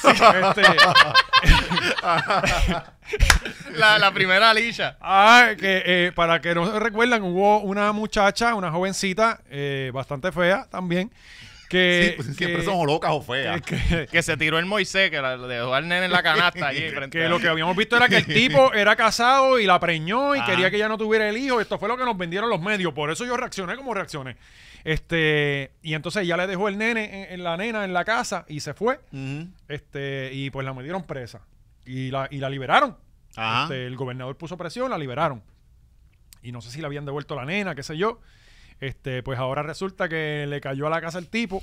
Sí,
Este,
La, la primera Alicia.
Ah, que eh, para que no se recuerdan, hubo una muchacha, una jovencita, eh, bastante fea también, que,
[laughs] Sí, pues,
que,
siempre son o locas o feas.
que- [laughs] que-
Que se tiró el Moisés, que la dejó al nene en la canasta allí
[laughs]
frente
que
a-
lo que habíamos visto era que el
[laughs]
tipo era casado y la preñó y
Ajá.
quería que ella no tuviera el hijo. Esto fue lo que nos vendieron los medios. Por eso yo reaccioné como reaccioné. Este, y entonces ya le dejó el nene en, en la nena en la casa y se fue.
Ujú.
Este, y pues la metieron presa. Y la, y la liberaron.
Ajá.
Este, el gobernador puso presión, la liberaron. Y no sé si le habían devuelto la nena, qué sé yo. Este, pues ahora resulta que le cayó a la casa el tipo,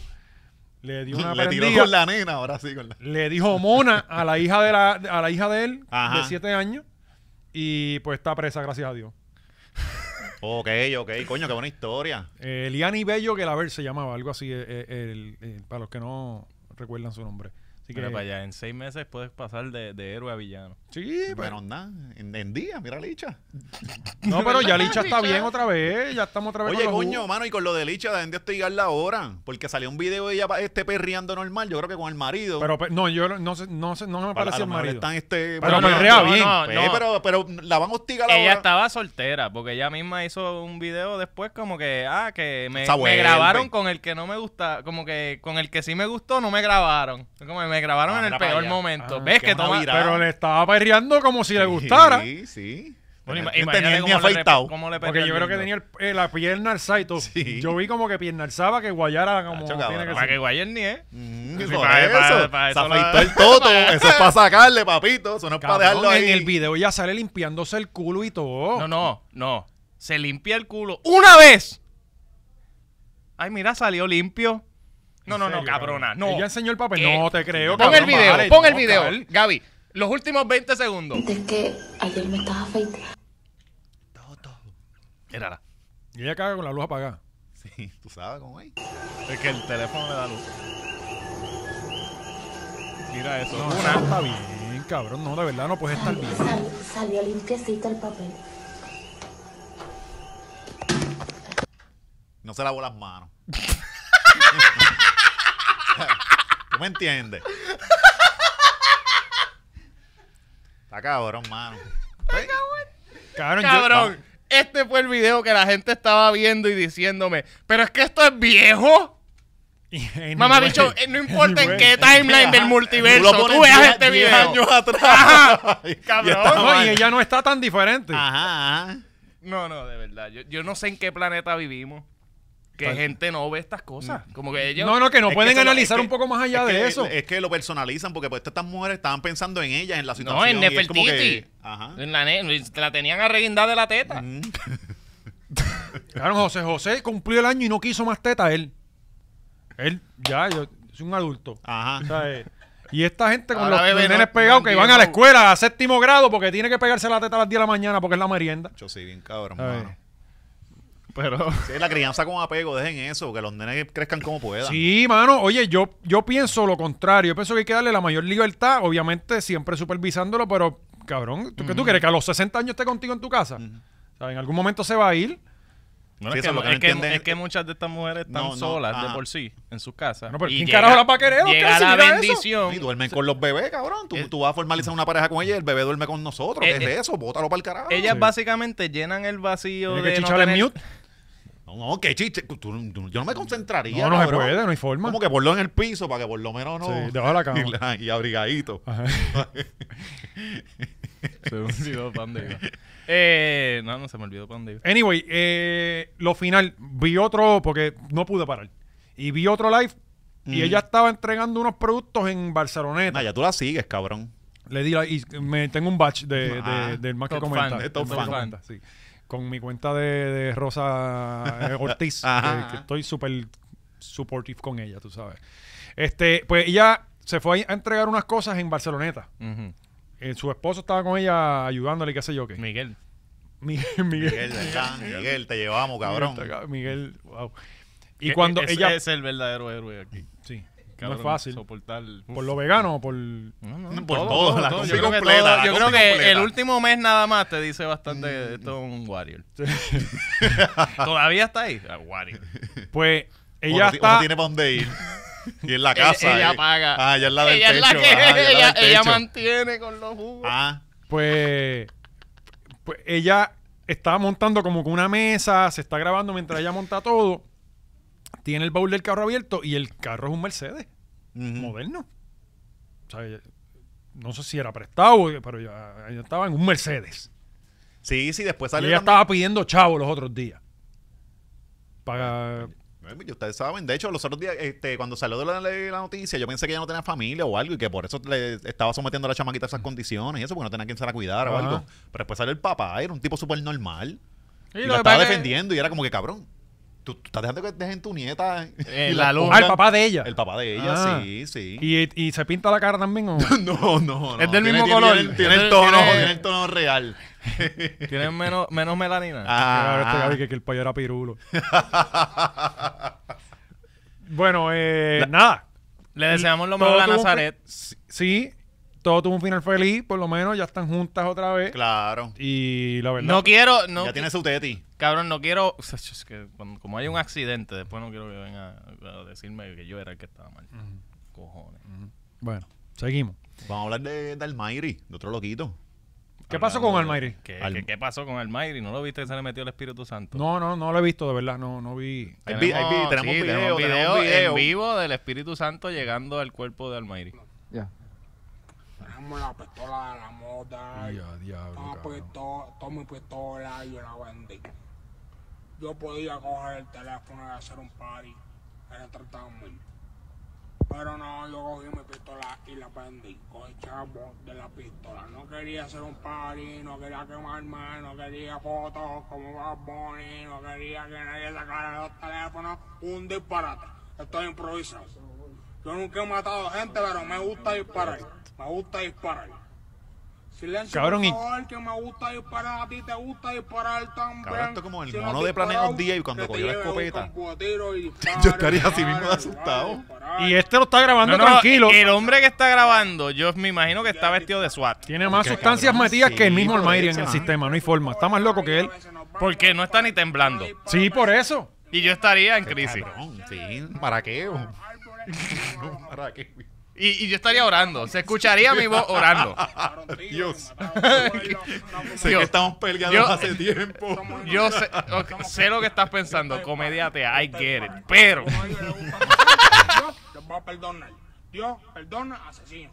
le dio una
[laughs] Le tiró
prendida,
con la nena, ahora sí con la.
le dijo mona a la hija de la, a la hija de él,
Ajá.
de siete años, y pues está presa, gracias a Dios.
Ok, ok, coño, qué buena historia.
Eh, Liani Bello que la ver se llamaba, algo así, eh, eh, el- eh, para los que no recuerdan su nombre. Así que,
Mira para allá, en seis meses puedes pasar de, de héroe a villano.
Sí, pero-
pues.
Bueno, nada, en, en día, mira Licha.
No, pero ya Licha está bien otra vez, ya estamos otra vez
Oye,
con los
coño,
jugos.
mano, y con lo de Licha, deben de hostigarla ahora. Porque salió un video de ella pa- este perreando normal, yo creo que con el marido.
Pero pe- no, yo no- no sé, no sé, no me
A- a
parece
lo
el
mejor
marido.
están este.
Pero
bueno,
perrea
no,
bien.
no, eh, Pero, pero la van a hostigar
Ella
ahora.
estaba soltera, porque ella misma hizo un video después como que, ah, que me,
Esa
me
vuelve.
grabaron
pues.
con el que no me gusta, como que con el que sí me gustó, no me grabaron. Como que me grabaron
Ah,
en el
mira para
peor
allá.
momento.
Ah,
¿Ves
que
que
es una
toma...
vira-
Pero le estaba perreando como si le gustara.
Sí, sí.
Bueno, ima-
Tenía-
imagínate
tenía ni
cómo le
afeitado.
rep- cómo le perdió
Porque
el
yo creo que
mundo.
tenía el- eh, la pierna alzada y todo.
Sí.
Yo vi como que pierna alzaba que guayara como
Tacho,
tiene que
cabrón.
Para que
ser.
Guayer ni es.
Mm,
Sí,
por
para-
eso.
para- para
Se
eso la-
afeitó el toto. eso es para sacarle, papito. Eso no es para
Cabrón,
dejarlo ahí.
En el video ya sale limpiándose el culo y todo.
No, no, no. Se limpia el culo una vez. Ay, mira, salió limpio. No,
¿En
no, no,
serio,
cabrón. No.
Ella enseñó el papel.
¿Qué?
No te creo.
Pon el
cabrón,
video,
vale,
pon el
no,
video.
Carl.
Gaby, los últimos 20 segundos.
Es que ayer me estaba afeitando.
Mírala.
Y ella caga con la luz apagada.
Sí, tú sabes cómo es.
Es que el teléfono le da luz. Mira eso.
No, eso
una.
no está bien, cabrón. No, de verdad no puedes estar
Sal-
bien.
sal- salió limpiecito el papel.
No se lavó las manos. ¿Tú me entiendes? Está cabrón, mano.
Cabrón, yo-
Cabrón, este fue el video que la gente estaba viendo y diciéndome, pero es que esto es viejo.
Anyway.
Mamá, bicho, eh, no importa en
Anyway.
qué timeline del multiverso,
lo
tú,
pones
veas
10
este
10
video.
años atrás. [laughs] Y
cabrón.
está
No,
mal.
y ella no está tan diferente.
Ah, Ajá. ajá.
No, no, de verdad. Yo, yo no sé en qué planeta vivimos. Que
Tal-
gente no ve estas cosas. Como que ellos.
No, no, que no
Es
pueden
que se lo-
analizar
es
un
que-
poco más allá
es
de
que-
eso.
Es que lo personalizan porque pues estas mujeres estaban pensando en ellas, en la situación.
No, en
y es como que-
Nefertiti.
Ajá.
En la, ne- la tenían arreguindada de la teta.
Claro, José José cumplió el año y no quiso más teta él. Él, ya, yo soy un adulto. O
Ajá.
sea, eh, y esta gente con
Ahora
los,
bebe,
los nenes
no-
pegados
no
que van a la
entiendo.
escuela a séptimo grado porque tiene que pegarse la teta a las 10 de la mañana porque es la merienda.
Yo sí, bien cabrón,
Ay.
mano.
Pero. [laughs]
Sí, la crianza con apego, dejen eso, que los nenes crezcan como puedan.
Sí, mano. Oye, yo, yo pienso lo contrario. Yo pienso que hay que darle la mayor libertad, obviamente siempre supervisándolo, pero cabrón, ¿tú qué tú quieres? ¿Que a los 60 años esté contigo en tu casa? O sea, en algún momento se va a ir.
Bueno,
Sí,
es que
eso-
lo que no
es, que,
entienden-
es que muchas de estas mujeres están
No, no,
solas de
ajá.
por sí en sus casas.
No, pero
Y
¿quién
llega-
carajo las va a querer, Oscar,
Llega
si
la
mira eso?
bendición.
Y duermen con los bebés, cabrón. Tú,
Eh,
tú vas a formalizar una pareja con ella, el bebé duerme con nosotros. ¿Qué
Eh, eh,
es eso? Bótalo para el carajo.
Ellas
Sí.
básicamente llenan el vacío
Tiene que
de no
chichar en
tener- [laughs]
mute.
No, no, qué chiste. Tú- tú- yo no me concentraría.
No, no se
cabrón.
puede, no hay forma.
Como que ponlo en el piso para que por lo menos no.
Sí, debajo de la cama.
[laughs] Y la- Y, abrigadito. [laughs]
Ajá.
Se me olvidó pa' dónde iba. Eh, no, no se me olvidó para dónde iba.
Anyway, eh, lo final, vi otro, porque no pude parar. Y vi otro live y
Mm.
ella estaba entregando unos productos en Barceloneta.
Nah, ya tú la sigues, cabrón.
Le di la, y me tengo un batch de,
Ah,
de- del más que
top
comenta.
fan,
de top
Del más que
fan.
comenta, sí. Con mi cuenta de, de Rosa eh,
[laughs]
Ortiz,
Ajá.
que, que estoy súper supportive con ella, tú sabes. Este, pues ella se fue a entregar unas cosas en Barceloneta.
Ujú.
Eh, su esposo estaba con ella ayudándole, y qué sé yo qué.
Miguel.
Miguel, Miguel.
Miguel, ¿verdad? Miguel, te llevamos, cabrón.
Miguel, wow. Y
Que-
cuando
Eh, es-
ella...
Es el verdadero héroe aquí.
sí,
Cabrón,
no es fácil.
Soportar.
Por lo vegano o por...
No, no,
Por todo, la combi
Yo creo que,
completa,
todo-
la
yo creo
combi
que
completa.
el último mes nada más te dice bastante de todo un Warrior. [laughs] Todavía está ahí. Ah, Warrior.
Pues
Uno
ella
ti- uno
está...
tiene para dónde
[laughs]
ir. Y en la casa.
E-, ella
eh.
paga.
Ah, ella es la del
ella
techo.
es la que
ajá, ella es la
ella,
del
ella
techo.
mantiene con los jugos.
Ah,
Pues, pues ella estaba montando como que una mesa, se está grabando mientras ella monta todo. Tiene el baúl del carro abierto y el carro es un Mercedes
ujú.
moderno. O sea, ella- no sé si era prestado, pero ella, ella estaba en un Mercedes.
Sí, sí,
Y
después sale.
ella
la-
estaba pidiendo chavo los otros días. Para,
Bueno, y Ustedes saben, de hecho, los otros días, este, cuando salió de la, la noticia, yo pensé que ella no tenía familia o algo y que por eso le estaba sometiendo a la chamaquita a esas condiciones y eso, porque no tenía quien se la cuidara o
Ajá.
algo. Pero después salió el papá, era un tipo súper normal.
Y
Y,
lo
la
que
estaba
pasa es-
defendiendo y era como que, cabrón, tú, tú estás dejando que dejen tu nieta.
Eh,
y
la luz.
ah, el
pongan-
papá de ella.
El papá de ella,
Ah.
sí, sí.
Y, y se pinta la cara también. ¿o?
[laughs] No, no, no.
Es del
Tiene-
mismo
tiene-
color.
Tiene, tiene el
Tiene-
tono,
tiene-
tiene el tono real.
Ah, Tienen menos, menos melanina.
Claro, este Gaby,
Ah,
que, que el payo era pirulo. [laughs] bueno, eh, nada.
Le deseamos lo
Todo
mejor a
tuvo un fi-
Nazaret.
Sí, sí, todo tuvo un final feliz, por lo menos ya están juntas otra vez.
claro.
Y la verdad.
No quiero, no,
Ya tiene su teti.
cabrón, no quiero, o sea, es que cuando- como hay un accidente, después no quiero que venga a decirme que yo era el que estaba mal. Cojones.
Bueno, seguimos.
Vamos a hablar de, de Almairi, de otro loquito.
¿Qué pasó con Almairi?
¿Qué,
Al-
qué- qué pasó con Almairi? ¿No lo viste que se le metió el Espíritu Santo?
No, no, no lo he visto, de verdad, no, no vi.
Ahí vi- ahí vi- tenemos
sí,
video, tenemos
video
video.
en vivo del Espíritu Santo llegando al cuerpo de Almairi.
Tenemos la pistola de la moda.
Ya, diablo,
Toma
cabrón.
pistola, toma mi pistola y yo la vendí. Yo podía coger el teléfono y hacer un party. Era tratarme. Pero no, yo cogí mi pistola y la vendí. Cogí chavo de la pistola. No quería hacer un party, no quería quemarme, no quería fotos como Bad Bunny, no quería que nadie sacara los teléfonos. Un disparate. Estoy improvisado. Yo nunca he matado gente, pero me gusta disparar. Me gusta disparar. Silencio,
Cabrón, y-
por favor, que me gusta disparar, a ti te gusta disparar también.
Cabrón, esto es como el
no
mono
has
de Planet of
disparado,
the Apes cuando
que te
cogió la
lleve un
escopeta. [laughs]
campo de tiro y dispara,
Yo estaría así mismo de
dispara,
asustado.
dispara,
Y este lo está grabando
No, no,
tranquilo.
El hombre que está grabando, yo me imagino que está vestido de SWAT.
Tiene más
Porque,
sustancias
cabrón,
metidas que el
sí,
mismo
por
Almairi en
eso,
el
ajá.
sistema, no hay forma. Está más loco que él.
Porque no está ni temblando.
Sí, por eso.
Y yo estaría en crisis.
Cabrón, sí, maraqueo. [laughs] maraqueo.
Y, y yo estaría orando. Se escucharía mi voz orando.
[laughs] Dios. Sé
Sí.
Dios.
que estamos peleando
Yo-
hace [laughs] tiempo.
Yo sé, ok, sé lo que estás pensando. Comediatea, I get it. Pero.
Dios los va a perdonar. Dios perdona asesinos.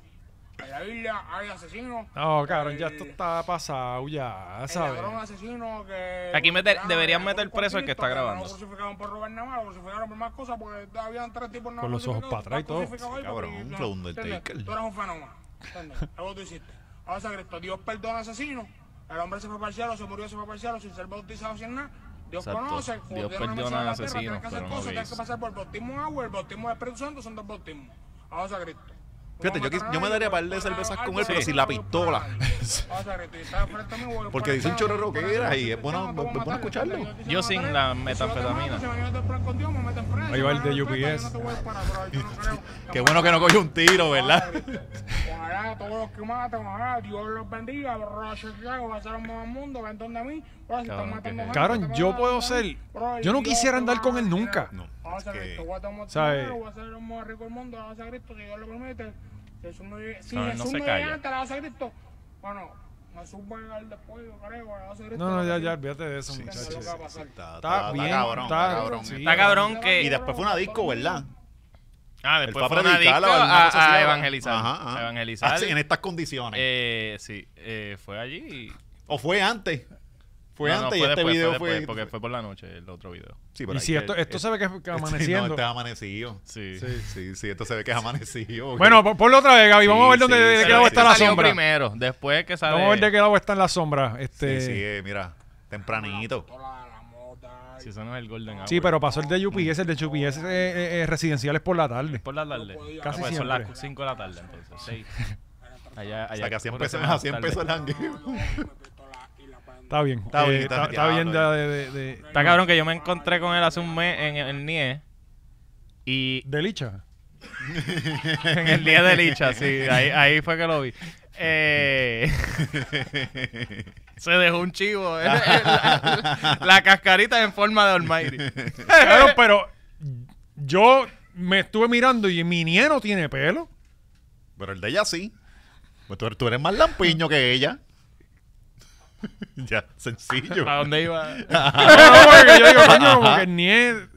En la Biblia hay asesinos.
No, cabrón, ya esto está pasado, ya,
El ladrón
¿sabes?
asesino que-
Aquí meter- deberían
que
meter preso al que está
no lo
grabando.
crucificaron por robar nada más, lo crucificaron por más cosas porque habían tres tipos nada
Con
más
los ojos
crucificados,
para atrás y todo.
crucificado hoy
Cabrón,
porque,
fue
no,
Undertaker.
¿entiendes? Tú eres un fenómeno. ¿entiendes? Algo tú hiciste. Ahora sea, Cristo, Dios perdona asesinos. El hombre se fue para el cielo, se murió, se fue para el cielo, sin ser bautizado, sin nada. Dios
Exacto.
conoce,
Dios
cuando
perdona
nació en la tierra,
asesinos,
tienes que hacer
pero no
cosas,
lo
tienes que
hizo.
pasar por el bautismo en agua, el bautismo del Espíritu Santo, son dos bautismos. Ahora sea, Cristo. No
Fíjate, yo,
matar a
quis- yo me
nadie,
daría
no
par de
matar a
cervezas con
nadie,
él, pero
no
sin la
matar a
pistola. [laughs]
nadie. Pásale, te estás frente a mí, voy
Porque
para
dice un
acá,
chorro
para
rockera
acá,
y
si
es
te
bueno-
llamo, te voy a
bueno
matar,
escucharlo.
te llamo, te
Yo
llamo,
sin
te
la
llamo,
metanfetamina.
si me meto por el contigo, me meten preso,
Ahí va el
me dan
de
preso, yo no
UPS.
te voy para, pero yo no creo que
Qué bueno que no cogió un tiro, ¿verdad?
Ojalá a todos los que matan, ojalá Dios los bendiga, borracho Chicago, va a ser un nuevo mundo, vendón de mí. Bro,
Cabrón,
si están matando
¿qué es
gente,
Cabrón,
están
yo
matando
puedo
gente a mí,
ser-
bro, y
yo no
Dios
quisiera
te
andar
va
con él
a-
nunca.
No,
Vamos
es
a
que-
Cristo, voy a tomar
¿Sabe?
dinero, voy a ser el más rico del mundo, vamos a Cristo, si Dios lo permite. Si Jesús no llega- si
No, él no
Jesús
se
no
calla.
llega antes, la vas a Cristo. Bueno, Jesús va a llegar después, yo creo, la vas a Cristo.
No, no, ya, ya, olvídate de eso,
Eso es lo
muchachos.
que va a pasar.
Está,
Está bien, está- sí.
Está cabrón
Y
que.
después fue una disco, ¿verdad?
Ah,
Él
después
fue
fue una disco
predicarla, ¿verdad?
a,
Eso sí,
a
¿verdad?
evangelizar.
Ajá, ajá.
A evangelizar.
Así, en estas condiciones.
Eh, sí, eh, fue allí. y-
o fue antes. Fue
No, no,
antes y
fue
este
después,
video
fue
fue.
después, porque fue por la noche el otro video.
[laughs] Sí, pero
Y
ahí
si
que-
esto, esto se ve que, que
este- No,
amaneciendo.
este es amanecido.
Sí.
Sí, sí, sí, esto se ve que es amanecido. porque-
Bueno, pon- ponlo otra vez, Gaby. Vamos a ver
Sí,
dónde
sí,
de
sí,
qué lado
sí,
está
sí.
la
Salió
sombra.
primero, después que sale.
Vamos a ver de qué lado está en la sombra.
Sí,
Este,
sí,
sí,
eh, mira, tempranito.
Toda la moda,
Si eso no es el Golden Hour.
pero pasó el de UPS, el de UPS eh, eh, eh, residenciales por la tarde.
Por la tarde.
Casi
Ah, pues son las
siempre.
5 de la tarde, entonces.
[laughs]
seis. Allá, allá.
O sea, que así
puro
empezó,
se van
así
tarde.
empezó el jangueo.
yo me pistola y la prendo.
Está bien.
Está bien,
eh,
está-
está, está
ya,
bien.
ya.
de- de- de-
Está cabrón que yo me encontré con él hace un mes en el NIE. Y
[laughs]
De licha.
en el NIE de Licha, sí. Ahí, ahí fue que lo vi. Eh, se dejó un chivo. eh, la, la cascarita en forma de Almighty.
Eh.
Claro, pero yo me estuve mirando y mi nieno tiene pelo.
Pero el de ella sí. Pues tú, tú eres más lampiño que ella. [laughs] ya, sencillo.
¿Para dónde
[laughs]
iba?
No,
Ah.
no, porque yo digo, coño, [laughs] como que el nie-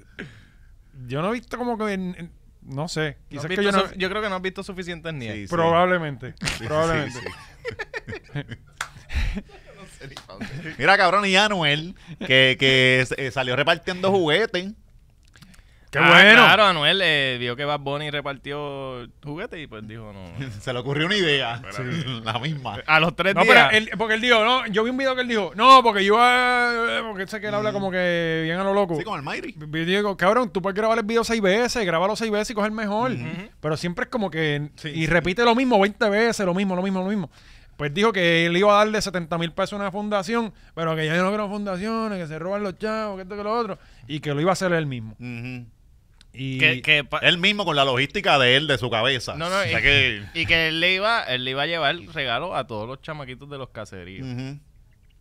Yo no he visto como que. en- en- no sé.
No
Quizás
has
que
visto
yo no.
su- yo creo que no has visto suficientes NIE.
Sí, sí.
Probablemente.
Sí,
probablemente.
sí, sí. [laughs] Mira, cabrón, y Anuel, que, que s- eh, salió repartiendo juguetes. [laughs]
Qué
Ah,
bueno.
Claro, Anuel eh, vio que Bad Bunny repartió juguete y pues dijo no.
[laughs]
Se le ocurrió una idea. La misma.
A los tres
No,
días.
pero él- porque él dijo, no, yo vi un video que él dijo, no, porque yo, eh, porque sé que él
Mm.
habla como que bien a lo loco.
uh.
Sí, con el Mayri.
Yo digo, cabrón, tú puedes grabar el video seis veces, grabarlo seis veces y coger mejor. Pero siempre es como que. y repite lo mismo 20 veces, lo mismo, lo mismo, lo mismo. Pues dijo que él iba a darle 70 mil pesos a una fundación, pero que ya yo no creo en fundaciones, que se roban los chavos, que esto, que lo otro, y que lo iba a hacer él mismo.
Ujú.
Y
que, que pa-
Él mismo con la logística de él, de su cabeza.
No, no,
O sea
y-
que-
y que él le iba, él le iba a llevar regalo a todos los chamaquitos de los caseríos.
Ujú.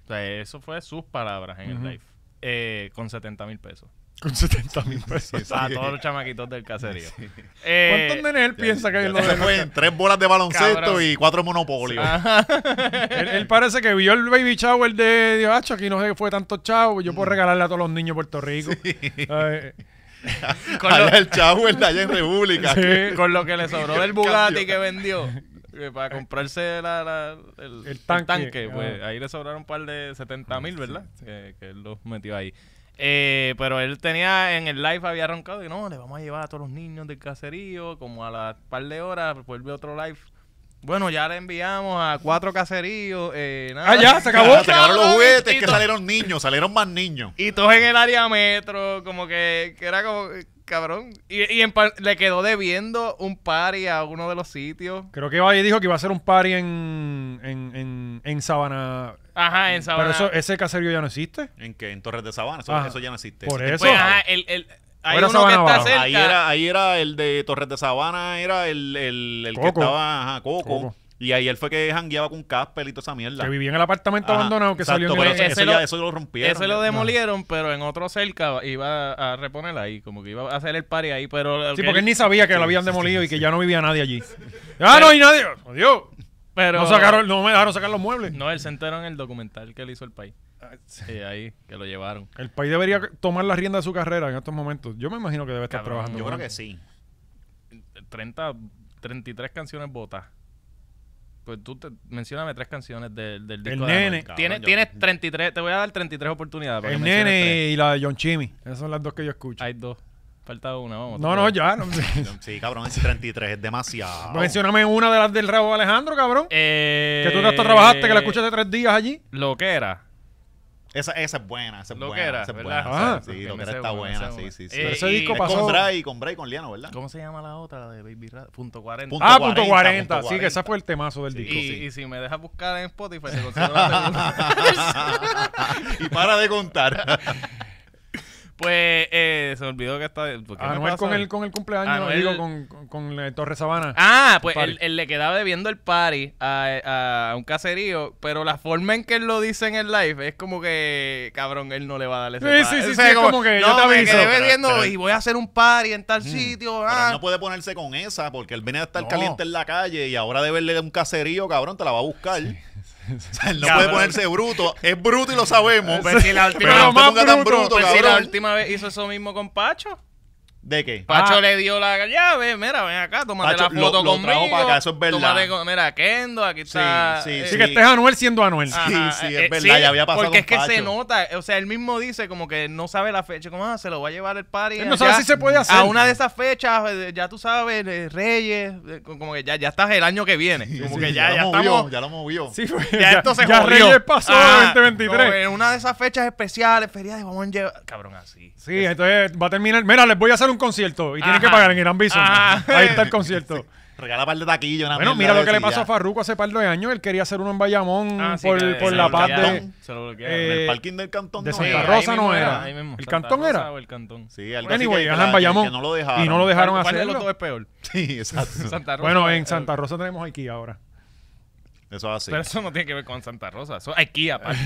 O sea, eso fue sus palabras en el live. Eh, con 70 mil pesos.
con 70 mil pesos. Ah,
A todos los chamaquitos del caserío. Eh,
¿Cuántos nenes él piensa que
Ya
es lo
se
de Ah,
fue en tres bolas de baloncesto
Cabrón.
y cuatro
[laughs]
monopolios. [laughs]
Él, él parece que vio el baby shower de Dios, "Acho, aquí no sé qué fue tanto chavo, yo puedo regalarle a todos los niños de Puerto Rico. Eh, Ay,
con,
Allá
lo,
el chavo el de allá en República.
sí.
[laughs] con lo que le sobró del Bugatti
Cambio.
que vendió. eh, Para comprarse la- la- el, el tanque,
tanque,
pues
ah.
ahí le sobraron un par de 70 mil, ¿verdad? Que, que él los metió ahí. Eh, pero él tenía en el live, había roncado y no, le vamos a llevar a todos los niños del caserío, como a las par de horas, vuelve otro live. Bueno, ya le enviamos a cuatro caseríos. eh, nada.
Ah, ya, se acabó.
[laughs]
Ah, se acabaron los juguetes,
Y
que
to-
salieron niños, salieron más niños.
Y todos en el área metro, como que, que era como, eh, cabrón. Y, y en par- le quedó debiendo un party a uno de los sitios.
Creo que Valle dijo que iba a hacer un party en, en, en, en Sabana.
Ajá, en Sabana.
Pero eso, ese caserío ya no existe.
¿En qué? En Torres de Sabana, eso,
Ajá.
eso ya no existe.
Por
Eso-
eso.
Pues, ajá, el, el, hay
era
uno
Sabana
que está
Baja.
cerca.
Ahí era, ahí era el de Torres de Sabana, era el, el, el que
Coco.
estaba, ajá, Coco.
Coco.
Y ahí él fue que jangueaba con Casper y toda esa mierda.
Que vivía en el apartamento
Ajá,
abandonado que
exacto,
salió en
pero
el-
eso,
Ese
eso
lo-
ya- eso lo rompieron.
Ese lo
ya.
demolieron, pero en otro cerca iba a reponer ahí, como que iba a hacer el party ahí, pero...
Sí, porque él ni sabía que lo habían demolido y que ya no vivía nadie allí. ¡Ah, no hay nadie! ¡Adiós!
pero,
No, sacaron, no me dejaron sacar los muebles.
No, él se enteró en el documental que le hizo el país. Ah, Sí, ahí, que lo llevaron.
El país debería tomar la rienda de su carrera en estos momentos. Yo me imagino que debe estar
Cabrón,
trabajando.
Yo
con
creo que
él.
sí.
30, 33 canciones botas. Pues tú te, mencioname tres canciones del, del disco.
El
de Anuel,
Nene.
cabrón.
Yo-
Tienes, tienes 33, te voy a dar 33 oportunidades. para que
El
menciones
nene y la de John Chimmy. Esas son las dos que yo
tres.
escucho.
Hay dos. Falta una, vamos.
no,
otra
no,
vez.
ya. No, [laughs]
Sí, cabrón, ese 33 es demasiado.
Mencioname una de las del Rabo Alejandro, cabrón.
Eh,
que tú te hasta trabajaste, que la escuchaste tres días allí.
Lo que era.
Esa, esa es buena, esa es
Lo que
buena.
era,
esa es
¿verdad?
buena,
Ah.
esa- sí,
Que
lo
me
que era
sé
está
una, me
buena,
sé
sí,
una.
sí, sí.
Eh,
Pero ese
y-
disco
Es
pasó-
con Bray, con Bray, con
[laughs]
Liano, ¿verdad? [laughs]
¿Cómo se llama la otra? La de Baby Rat. Punto 40.
Punto
Ah, punto
40,
40. Sí, que ese
40.
fue el temazo del disco.
y,
sí.
y si me dejas buscar en Spotify, se consigue la
[laughs]
segunda.
y para de contar.
[laughs] Pues eh, se me olvidó que está. ¿por qué me
Anuel
pasa?
con el, con el
Ah,
cumpleaños,
Anuel-
digo, con, con, con, eh, Torre Sabana.
Ah, pues
Party.
él, él le quedaba debiendo el party a, a un caserío, pero la forma en que él lo dice en el live es como que, cabrón, él no le va a dar ese
Sí,
party.
sí, sí,
O sea,
sí, es como que yo te
me
aviso. Mm.
quedé
Pero-
bebiendo
pero-
y voy a hacer un party en tal sitio.
Pero
ah.
él no puede ponerse con esa porque él viene a estar
No.
caliente en la calle y ahora de verle un caserío, cabrón, te la va a buscar. O sea, él no
Cabrón.
puede ponerse bruto. Es bruto y lo sabemos.
Pues si la última-
pero
Pero
no te pongas tan
más bruto,
bruto,
Pues si la
cabrón.
última vez hizo eso mismo con Pacho.
¿De qué?
Pacho
Ah.
le dio la llave, mira, ven acá, tómate
Pacho
la foto
lo- lo
conmigo.
trajo para acá, eso es verdad.
tómate con- mira, Kendo, aquí está. eh,
sí,
Así
sí.
que este es Anuel siendo Anuel.
Ah. Sí, sí, es verdad, ya había pasado
Porque es que
con
se
Pacho.
nota, o sea, él mismo dice como que no sabe la fecha, como ah, se lo va a llevar el party.
Él no sabe
allá
si se puede hacer.
A una de esas fechas, eh, ya tú sabes, eh, Reyes, eh, como que ya, ya estás el año que viene. como que ya,
lo
ya
movió,
estamos.
ya lo movió.
Sí, pues,
Ya, esto
[laughs]
se
ya
jodió.
Reyes pasó
Ah,
2023.
como En una de esas fechas especiales, ferias de vamos a llevar. Cabrón, así.
Sí, entonces va a terminar. Mira, les voy a hacer un concierto y tienen que
Ajá.
pagar en Irán Bison.
Ajá.
Ahí está el
[laughs]
concierto.
Regala par de taquillos. una
Bueno, mira
mierda
lo
de
que le
esas y
pasó
ya.
a Farruko hace par de años. Él quería hacer uno en Bayamón
Ah, sí,
por,
que
por
se
la
lo
paz
bloquearon,
de.
se lo bloquearon.
eh,
En el parking del cantón
de
no
Santa
era.
Rosa.
ahí mismo
no era.
ahí mismo,
¿El
Santa
cantón
Rosa
era?
o el cantón.
Sí, algo así
Anyway,
que-
ajá, en
que
Bayamón.
no lo dejaron.
Y no lo dejaron
¿Cuál de los
hacerlo.
dos
[laughs]
es peor?
[laughs] Sí, exacto.
Santa Rosa.
Bueno,
eh,
en Santa Rosa tenemos IKEA ahora. [laughs]
Eso es así.
Pero eso no tiene que ver con Santa Rosa, eso es IKEA. aparte.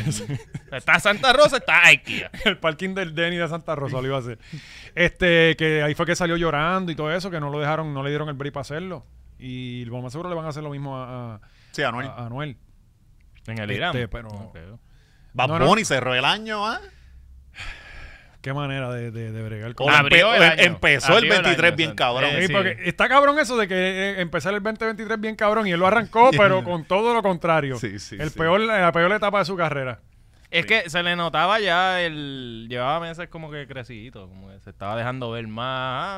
está Santa Rosa, está IKEA.
El parking del Denny de Santa Rosa lo iba a hacer. Este, que ahí fue que salió llorando y todo eso, que no lo dejaron, no le dieron el brief para hacerlo. Y lo más seguro le van a hacer lo mismo a, a-
Sí, Anuel.
a- a Anuel.
En el
Este,
Irán.
pero-
No creo.
Bad
no, no.
Bunny cerró el año, ¿ah?
Qué manera de, de, de bregar con
O
Abrió
empe-
el año.
Empezó
Abrió el
el 23
año,
bien
exacto.
cabrón.
Eh,
Sí,
sí.
porque está cabrón eso de que eh, empezar el 2023 bien cabrón y él lo
[laughs]
arrancó, pero con todo lo contrario.
Sí, sí,
el
sí.
peor, la peor etapa de su carrera.
Es que se le notaba ya el. Llevaba meses como que crecidito, como que se estaba dejando ver más.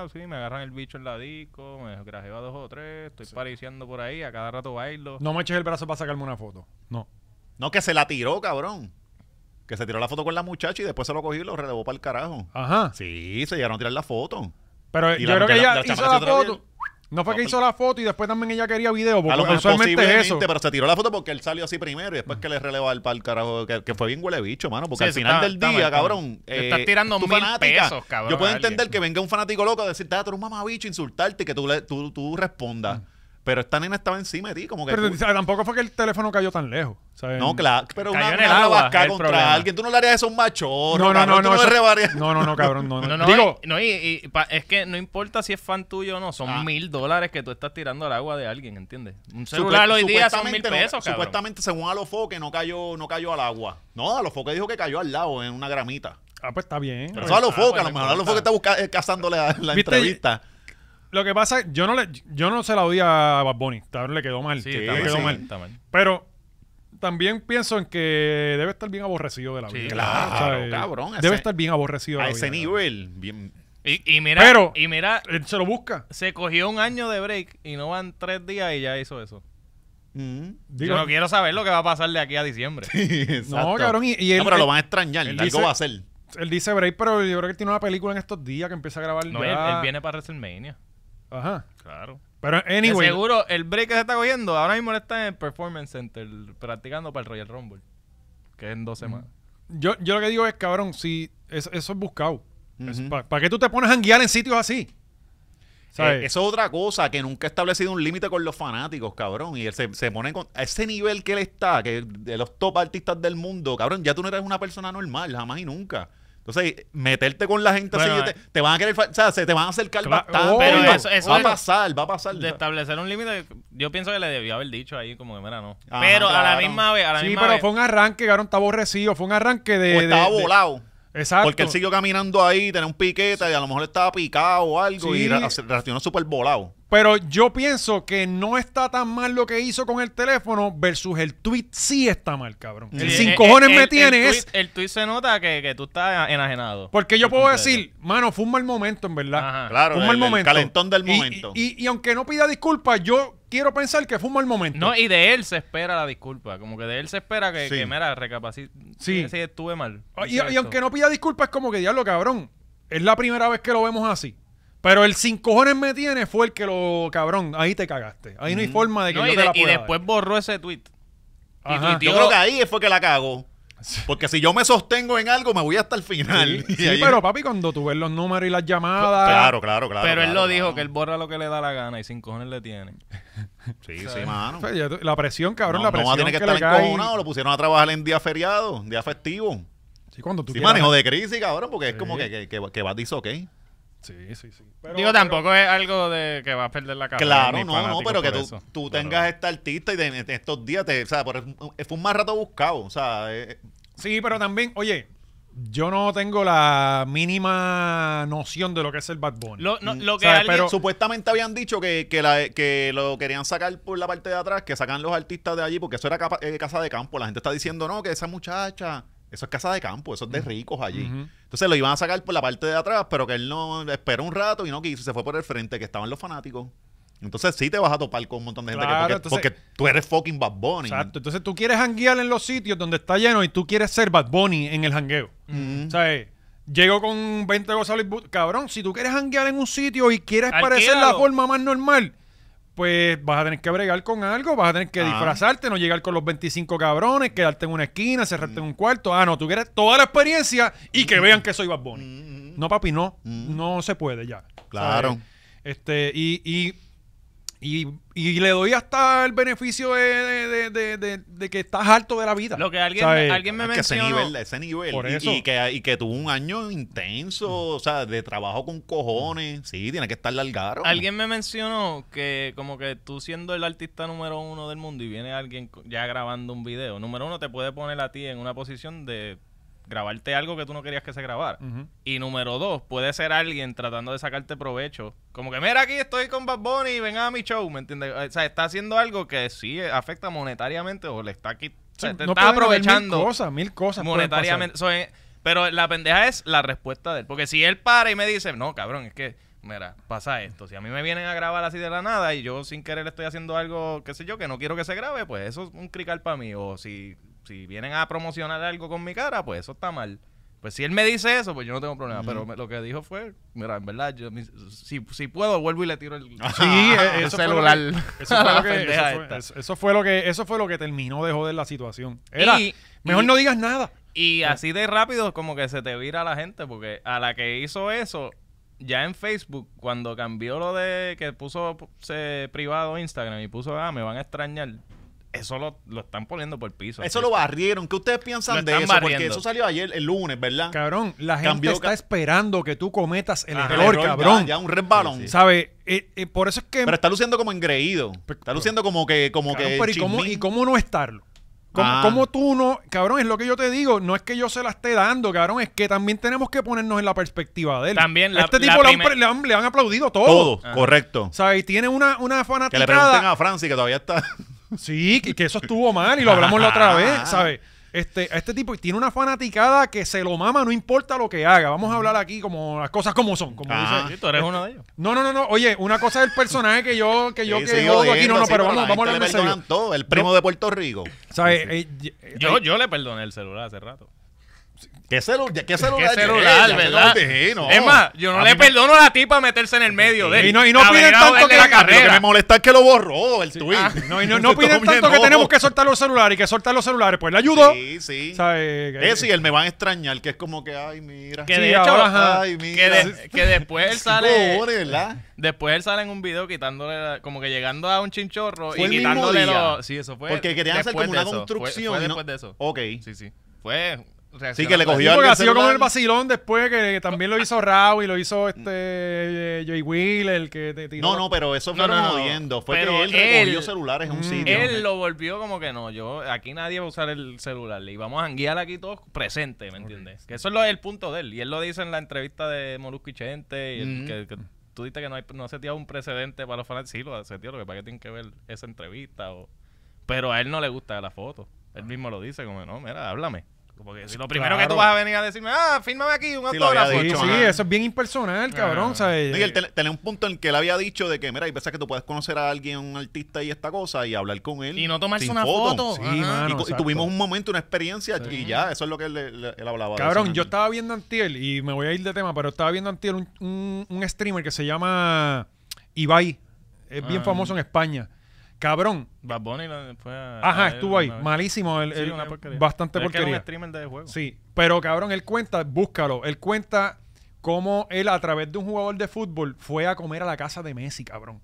Ah, sí, me agarran el bicho en la disco, me grajeo a dos o tres, estoy pariciando por ahí, a cada rato bailo.
No me eches el brazo para sacarme una foto. No.
No, que se la tiró, cabrón. Que se tiró la foto con la muchacha y después se lo cogió y lo relevó para el carajo.
Ajá.
Sí, se llegaron a tirar la foto.
Pero
Y
yo
la-
creo que
la-
ella
la
hizo
chamaca
la
se otra
foto. No fue que hizo la foto y después también ella quería video,
A
porque
lo mejor
usualmente es
posiblemente,
eso.
pero se tiró la foto porque él salió así primero y después que le relevó al pal carajo, que, que fue bien huele bicho, mano. Porque
Sí,
al
eso
final
está-
del
está
día,
mal, está
cabrón.
mal. Le estás tirando
tu
mil pesos, cabrón,
Yo puedo
a alguien.
entender que venga un fanático loco a decirte, ah, tú eres un mamabicho, insultarte y que tú, le, tú, tú respondas.
Mm.
Pero esta nena estaba encima de ti, como que.
Pero,
tú-
o sea, tampoco fue que el teléfono cayó tan lejos. ¿sabes?
no, claro. Pero
Cayó
una,
en
una
el agua,
rabasca
el
contra
problema.
alguien. Tú no le harías eso a un macho.
No, no, no,
Tú no, le
no.
rebarías-
eso- No, no, no, cabrón. No,
No,
no. eh.
no,
Digo,
y, no, y- y pa- es que no importa si es fan tuyo o no, son
Ah.
mil dólares que tú estás tirando al agua de alguien, ¿entiendes? Un celular
Supuest-
hoy día son mil
supuestamente no-
pesos, cabrón.
Supuestamente, según Alofoque que no cayó, no cayó al agua. No, Alofoque dijo que cayó al lado, en una gramita.
ah, pues está bien.
Pero eso a los
ah,
focos,
pues
a lo
no
mejor a los
importa.
focos está busca- eh, cazándole la, la
¿Viste?
entrevista.
Lo que pasa, yo no le, yo no se la odia a Bad Bunny. Tal vez le quedó mal.
Sí,
le
está
sí,
mal,
quedó
sí.
mal.
está mal.
Pero también pienso en que debe estar bien aborrecido de la
Sí,
vida.
claro,
¿sabes?
cabrón, ese-
Debe estar bien aborrecido de
A
la
ese
vida,
nivel, bien. [laughs]
Y, y mira,
Pero-
y mira,
cabrón. Él se lo busca.
se cogió un año de break y no van tres días y ya hizo eso.
Mm.
Digo,
Yo no quiero saber lo que va a pasar de aquí a diciembre.
Exacto.
cabrón, y- y él-
No, pero lo
él-
van a extrañar,
él
algo
dice-
va a hacer.
él dice break, pero yo creo que él tiene una película en estos días que empieza a grabar.
No, él,
ya.
él viene para WrestleMania.
Ajá.
Claro.
Pero
De
anyway.
seguro, el break que se está cogiendo, ahora mismo él está en el Performance Center practicando para el Royal Rumble, que es en dos semanas.
Yo, yo lo que digo es, cabrón, si es- eso es buscado.
Ujú.
¿Para qué tú te pones a janguear en sitios así? ¿Sabes?
Eh, eso es otra cosa, que nunca ha establecido un límite con los fanáticos, cabrón. Y él se, se pone con, a ese nivel que él está, que de los top artistas del mundo, cabrón, ya tú no eres una persona normal, jamás y nunca. Entonces, meterte con la gente
Bueno,
así,
eh.
te, te van a querer, fa- o sea, se te van a acercar
Claro,
bastante.
Pero
va-
eso- eso
va a
es-
pasar, va a pasar.
de establecer un límite, yo pienso que le debió haber dicho ahí como que mira no.
Ajá,
pero a la
claro.
misma vez, a la
sí,
misma
pero
vez,
fue un arranque, cabrón, está aborrecido. Fue un arranque de.
o estaba
de- de-
volado.
Exacto.
Porque él siguió caminando ahí, tenía un piquete y a lo mejor estaba picado o algo
Sí.
y ra- se- reaccionó súper volado.
Pero yo pienso que no está tan mal lo que hizo con el teléfono versus el tweet sí está mal, cabrón. El
Sí,
sin
eh,
cojones
eh,
me
el-
tiene
el
es...
tuit- El tweet se nota que, que tú estás enajenado.
Porque yo
Por
puedo
completo.
decir, mano, fue un mal momento, en verdad.
Ajá.
Claro,
Fue un
el-
mal
el
momento.
calentón del
Y- y-
momento.
Y, y aunque no pida disculpas, yo quiero pensar que fue un mal momento.
No, y de él se espera la disculpa. Como que de él se espera que,
Sí.
que mira, recapacite.
Sí.
Sí, estuve mal.
Ah, Y,
Hice
y
esto.
aunque no pida disculpas, es como que diablo, cabrón. Es la primera vez que lo vemos así. Pero el sin cojones me tiene fue el que lo, cabrón, ahí te cagaste. Ahí no hay forma de que
No,
yo
y,
te
de-
la
y
pueda dar.
después borró ese tweet. y
Ajá.
tuiteó-
Yo creo que ahí fue que la cago. Porque si yo me sostengo en algo, me voy hasta el final.
Sí,
[laughs]
[laughs] Y
sí,
ahí- pues,
pero papi, cuando tú ves los números y
Pues,
las llamadas.
Claro, claro, claro.
pero él
claro,
lo dijo, que él
claro.
borra lo que le da la gana y sin cojones le tiene.
Sí, sí, mano.
pues, ya tú- La presión, cabrón,
no,
la
no
presión.
va a tener que,
le
estar
cae.
encojonado. Lo pusieron a trabajar en día feriado, día festivo.
Sí, cuando tú
Sí,
quieras.
manejo de crisis, cabrón, porque es como
Sí.
que, que, que, que vas dice ok.
Sí, sí, sí. Pero-
Digo, tampoco es algo de que va a perder la cabeza.
Claro, no, no, pero que tú, tú tengas este artista y de- en estos días, te, o sea, por- fue un más rato buscado. O sea, eh,
Sí, pero también, oye, yo no tengo la mínima noción de lo que es el Bad Bunny.
Lo, no,
Mm,
lo que
¿Sabes?
alguien-
Pero-
supuestamente habían dicho que, que, la- que lo querían sacar por la parte de atrás, que sacan los artistas de allí, porque eso era capa- eh, casa de campo. La gente está diciendo, no, que esa muchacha, eso es casa de campo, eso es de ricos allí.
Ujú.
Entonces lo iban a sacar por la parte de atrás, pero que él no esperó un rato y no quiso, se fue por el frente, que estaban los fanáticos. Entonces sí te vas a topar con un montón de gente que-
Claro,
porque,
entonces-
porque tú eres fucking Bad Bunny.
Exacto. Entonces tú quieres janguear en los sitios donde está lleno y tú quieres ser Bad Bunny en el jangueo.
Mm.
O sea, eh, llego con 20 Gonzalo y Bu- Cabrón, si tú quieres janguear en un sitio y quieres parecer la
Alquílalo.
forma más normal, pues vas a tener que bregar con algo, vas a tener que
Ah.
disfrazarte, no llegar con los 25 cabrones, quedarte en una esquina, cerrarte en
Mm.
un cuarto. Ah, no, tú quieres toda la experiencia y que vean que soy Bad Bunny. No, papi, no.
Mm.
No se puede ya.
Claro.
¿Sabes? Este, y, y, y, y le doy hasta el beneficio de, de- de- de- de- de que estás harto de la vida.
lo que alguien,
¿Sabes?
alguien me
Es que ese
mencionó.
nivel, ese nivel.
Por
Y-
eso.
Y, que, y que tuvo un año intenso, o sea, de trabajo con cojones. Sí, tiene que estar largaro.
Alguien me mencionó que como que tú siendo el artista número uno del mundo y viene alguien co- ya grabando un video, número uno te puede poner a ti en una posición de grabarte algo que tú no querías que se grabara.
Ujú.
Y número dos, puede ser alguien tratando de sacarte provecho. Como que, mira, aquí estoy con Bad Bunny, ven a mi show, ¿me entiendes? O sea, está haciendo algo que sí eh, afecta monetariamente o le está aquí... o sea,
Sí,
te
no
está
pueden haber
aprovechando
Mil cosas, mil cosas. pueden
monetariamente.
pasar.
So, eh, pero la pendeja es la respuesta de él. Porque si él para y me dice, no, cabrón, es que, mira, pasa esto. Si a mí me vienen a grabar así de la nada y yo sin querer estoy haciendo algo, qué sé yo, que no quiero que se grabe, pues eso es un crical para mí. O si, si vienen a promocionar algo con mi cara, pues eso está mal. Pues si él me dice eso, pues yo no tengo problema. Pero me- lo que dijo fue, mira, en verdad, yo, mis- si, si puedo, vuelvo y le tiro el, [laughs]
Sí, eh,
el
eso fue lo que-
[laughs] celular.
Eso
a
fue,
la
lo que, eso,
pendeja
fue,
esta.
eso- eso fue lo que, eso fue lo que terminó de joder la situación. Era,
Y-
mejor
y-
no digas nada.
Y así de rápido como que se te vira la gente, porque a la que hizo eso, ya en Facebook, cuando cambió lo de que puso se, privado Instagram y puso, ah, me van a extrañar, eso lo, lo están poniendo por piso.
Eso lo barrieron. ¿Qué ustedes
Lo
piensan de
están
eso? Porque
barriendo.
eso salió ayer, el lunes, ¿verdad?
Cabrón, la gente
Cambió
está
ca-
esperando que tú cometas el
Ajá.
El
error,
error,
cabrón.
Ya, ya un red balón.
¿Sabe? Eh, eh, por eso es que...
Pero está luciendo como engreído. Está luciendo como que, como
Pues, Cabrón,
que
pero ¿y cómo,
chismín.
y cómo no estarlo? ¿Cómo,
Ah.
cómo tú no? Cabrón, es lo que yo te digo. No es que yo se la esté dando, cabrón. Es que también tenemos que ponernos en la perspectiva de él.
También la-
A este
la
tipo le, han,
primer-
pre- le han- le han aplaudido todo.
Todo, correcto.
O sea, y tiene una, una
Que le pregunten
fanaticada.
a Francis que todavía está.
Sí, que, que eso estuvo mal y lo hablamos la otra
[laughs]
vez, ¿sabes? Este, a este tipo tiene una fanaticada que se lo mama, no importa lo que haga. Vamos a hablar aquí como las cosas como son, como
Ah.
dice
Sí, tú eres uno de ellos.
no, no, no, no. Oye, una cosa es el personaje que yo que [laughs] yo
Sí,
que
sigo
jodo aquí, no,
viendo,
no,
sí,
pero
la
vamos, vamos a
gente
hablar en
le perdonan
serio.
todo. El primo de Puerto Rico.
¿Sabes? Eh, eh,
Yo, yo le perdoné el celular hace rato.
¿Qué, celu qué celular?
Qué celular,
Ya, ya
¿verdad?
te lo dije, no.
Es más, yo no
A
le
mí me-
perdono a la tipa meterse en el medio de él.
Y no- y no
A
piden
venir a
tanto
joderle
que
la
la- ah,
Ah, pero Lo que Ah, me
carrera.
molesta es que lo borró el tweet.
No,
[laughs]
y no, no piden tanto que tenemos que soltar los celulares y que soltar los celulares. Pues le ayudó.
Sí, sí.
¿Sabes?
Eso y el me van a extrañar, que es como que, ay, mira.
Que
Sí,
de hecho,
ahora, ajá.
Ay,
que,
mira.
de- que después
[laughs]
él sale...
Pobre, ¿verdad?
Después él sale en un video quitándole, la- como que llegando a un chinchorro
¿Fue
y
el mismo
quitándole
día?
los. Sí, eso fue.
Porque querían hacer
después
como una
de eso. Fue-
construcción.
Fue,
y no-
después de eso.
Ok.
Sí, sí. Fue.
Sí, que
reaccionando a-
le
Porque
cogió alguien
ha sido como
celular.
el vacilón después que también lo hizo Rao y lo hizo este eh, Jay Will, el que te tiró.
No, no, pero eso
No,
fueron
no, no.
jodiendo. Fue
Pero
que él recogió
él-
celulares en un
Mm.
sitio.
Él lo volvió como que no, yo aquí nadie va a usar el celular y vamos a guiar aquí todos presentes, ¿me entiendes? Que eso es lo- el punto de él y él lo dice en la entrevista de Molusco y Chente y el
Mm.
que, que tú dices que no, hay, no se un precedente para los fanáticos. Sí, lo se lo que para qué tienen que ver esa entrevista. O... Pero a él no le gusta la foto. Él mismo lo dice, como, no, mira, háblame. Como que si lo primero que tú
Claro.
vas a venir a decirme, ah, fírmame aquí un
Sí, lo había
autógrafo.
Sí,
dicho,
sí,
ajá.
eso es bien impersonal, cabrón. eh,
Ah.
¿sabes?
Miguel, ten- tenía un punto en que él había dicho de que, mira, hay veces que tú puedes conocer a alguien, un artista y esta cosa, y hablar con él.
Y no tomarse
sin
una foto.
Sí,
Ajá.
mano,
Y co- y,
exacto.
tuvimos un momento, una experiencia, y ya, eso es lo que él, él- él hablaba. de eso
Cabrón,
en
yo
el-
estaba viendo Antiel, y me voy a ir de tema, pero estaba viendo Antiel un, un- un streamer que se llama Ibai. Es bien
Ah.
famoso en España. Cabrón.
Bad Bunny lo- fue a-
Ajá,
a Ah, él
estuvo ahí.
una vez.
Malísimo. el-
Sí,
el-
una porquería.
Bastante
Pero es que era
porquería.
un streamer de juego.
Sí, pero cabrón, él cuenta, búscalo, él cuenta cómo él a través de un jugador de fútbol fue a comer a la casa de Messi, cabrón.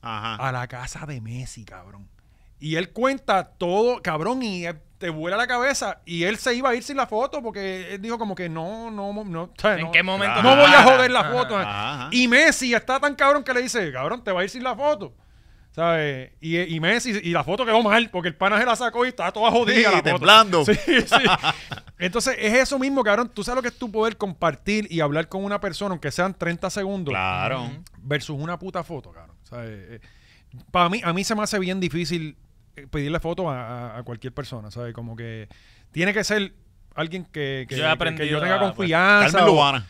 Ajá.
A la casa de Messi, cabrón. Y él cuenta todo, cabrón, y eh, te vuela la cabeza. Y él se iba a ir sin la foto porque él dijo como que no, no, no. o sea,
¿En
no-
qué momento?
No voy a
Ah.
para? Ah,
joder la
Ajá.
foto.
Ajá.
Ah, Y Messi está tan cabrón que le dice, cabrón, te va a ir sin la foto. ¿Sabes? Y, y Messi, y la foto quedó mal, porque el pana se la sacó y estaba toda jodida.
Sí,
la foto. [laughs]
temblando.
Sí, sí. Entonces, es eso mismo, cabrón. Tú sabes lo que es tu poder compartir y hablar con una persona, aunque sean 30 segundos,
Claro.
versus una puta foto, cabrón. ¿Sabes? Para eh, mí, a mí se me hace bien difícil eh, pedirle foto a, a- a cualquier persona, ¿sabes? Como que tiene que ser alguien que, que-
Yo
que-
he
que
aprendido
yo tenga
a- pues,
confianza.
Carmen
o-
Lubana.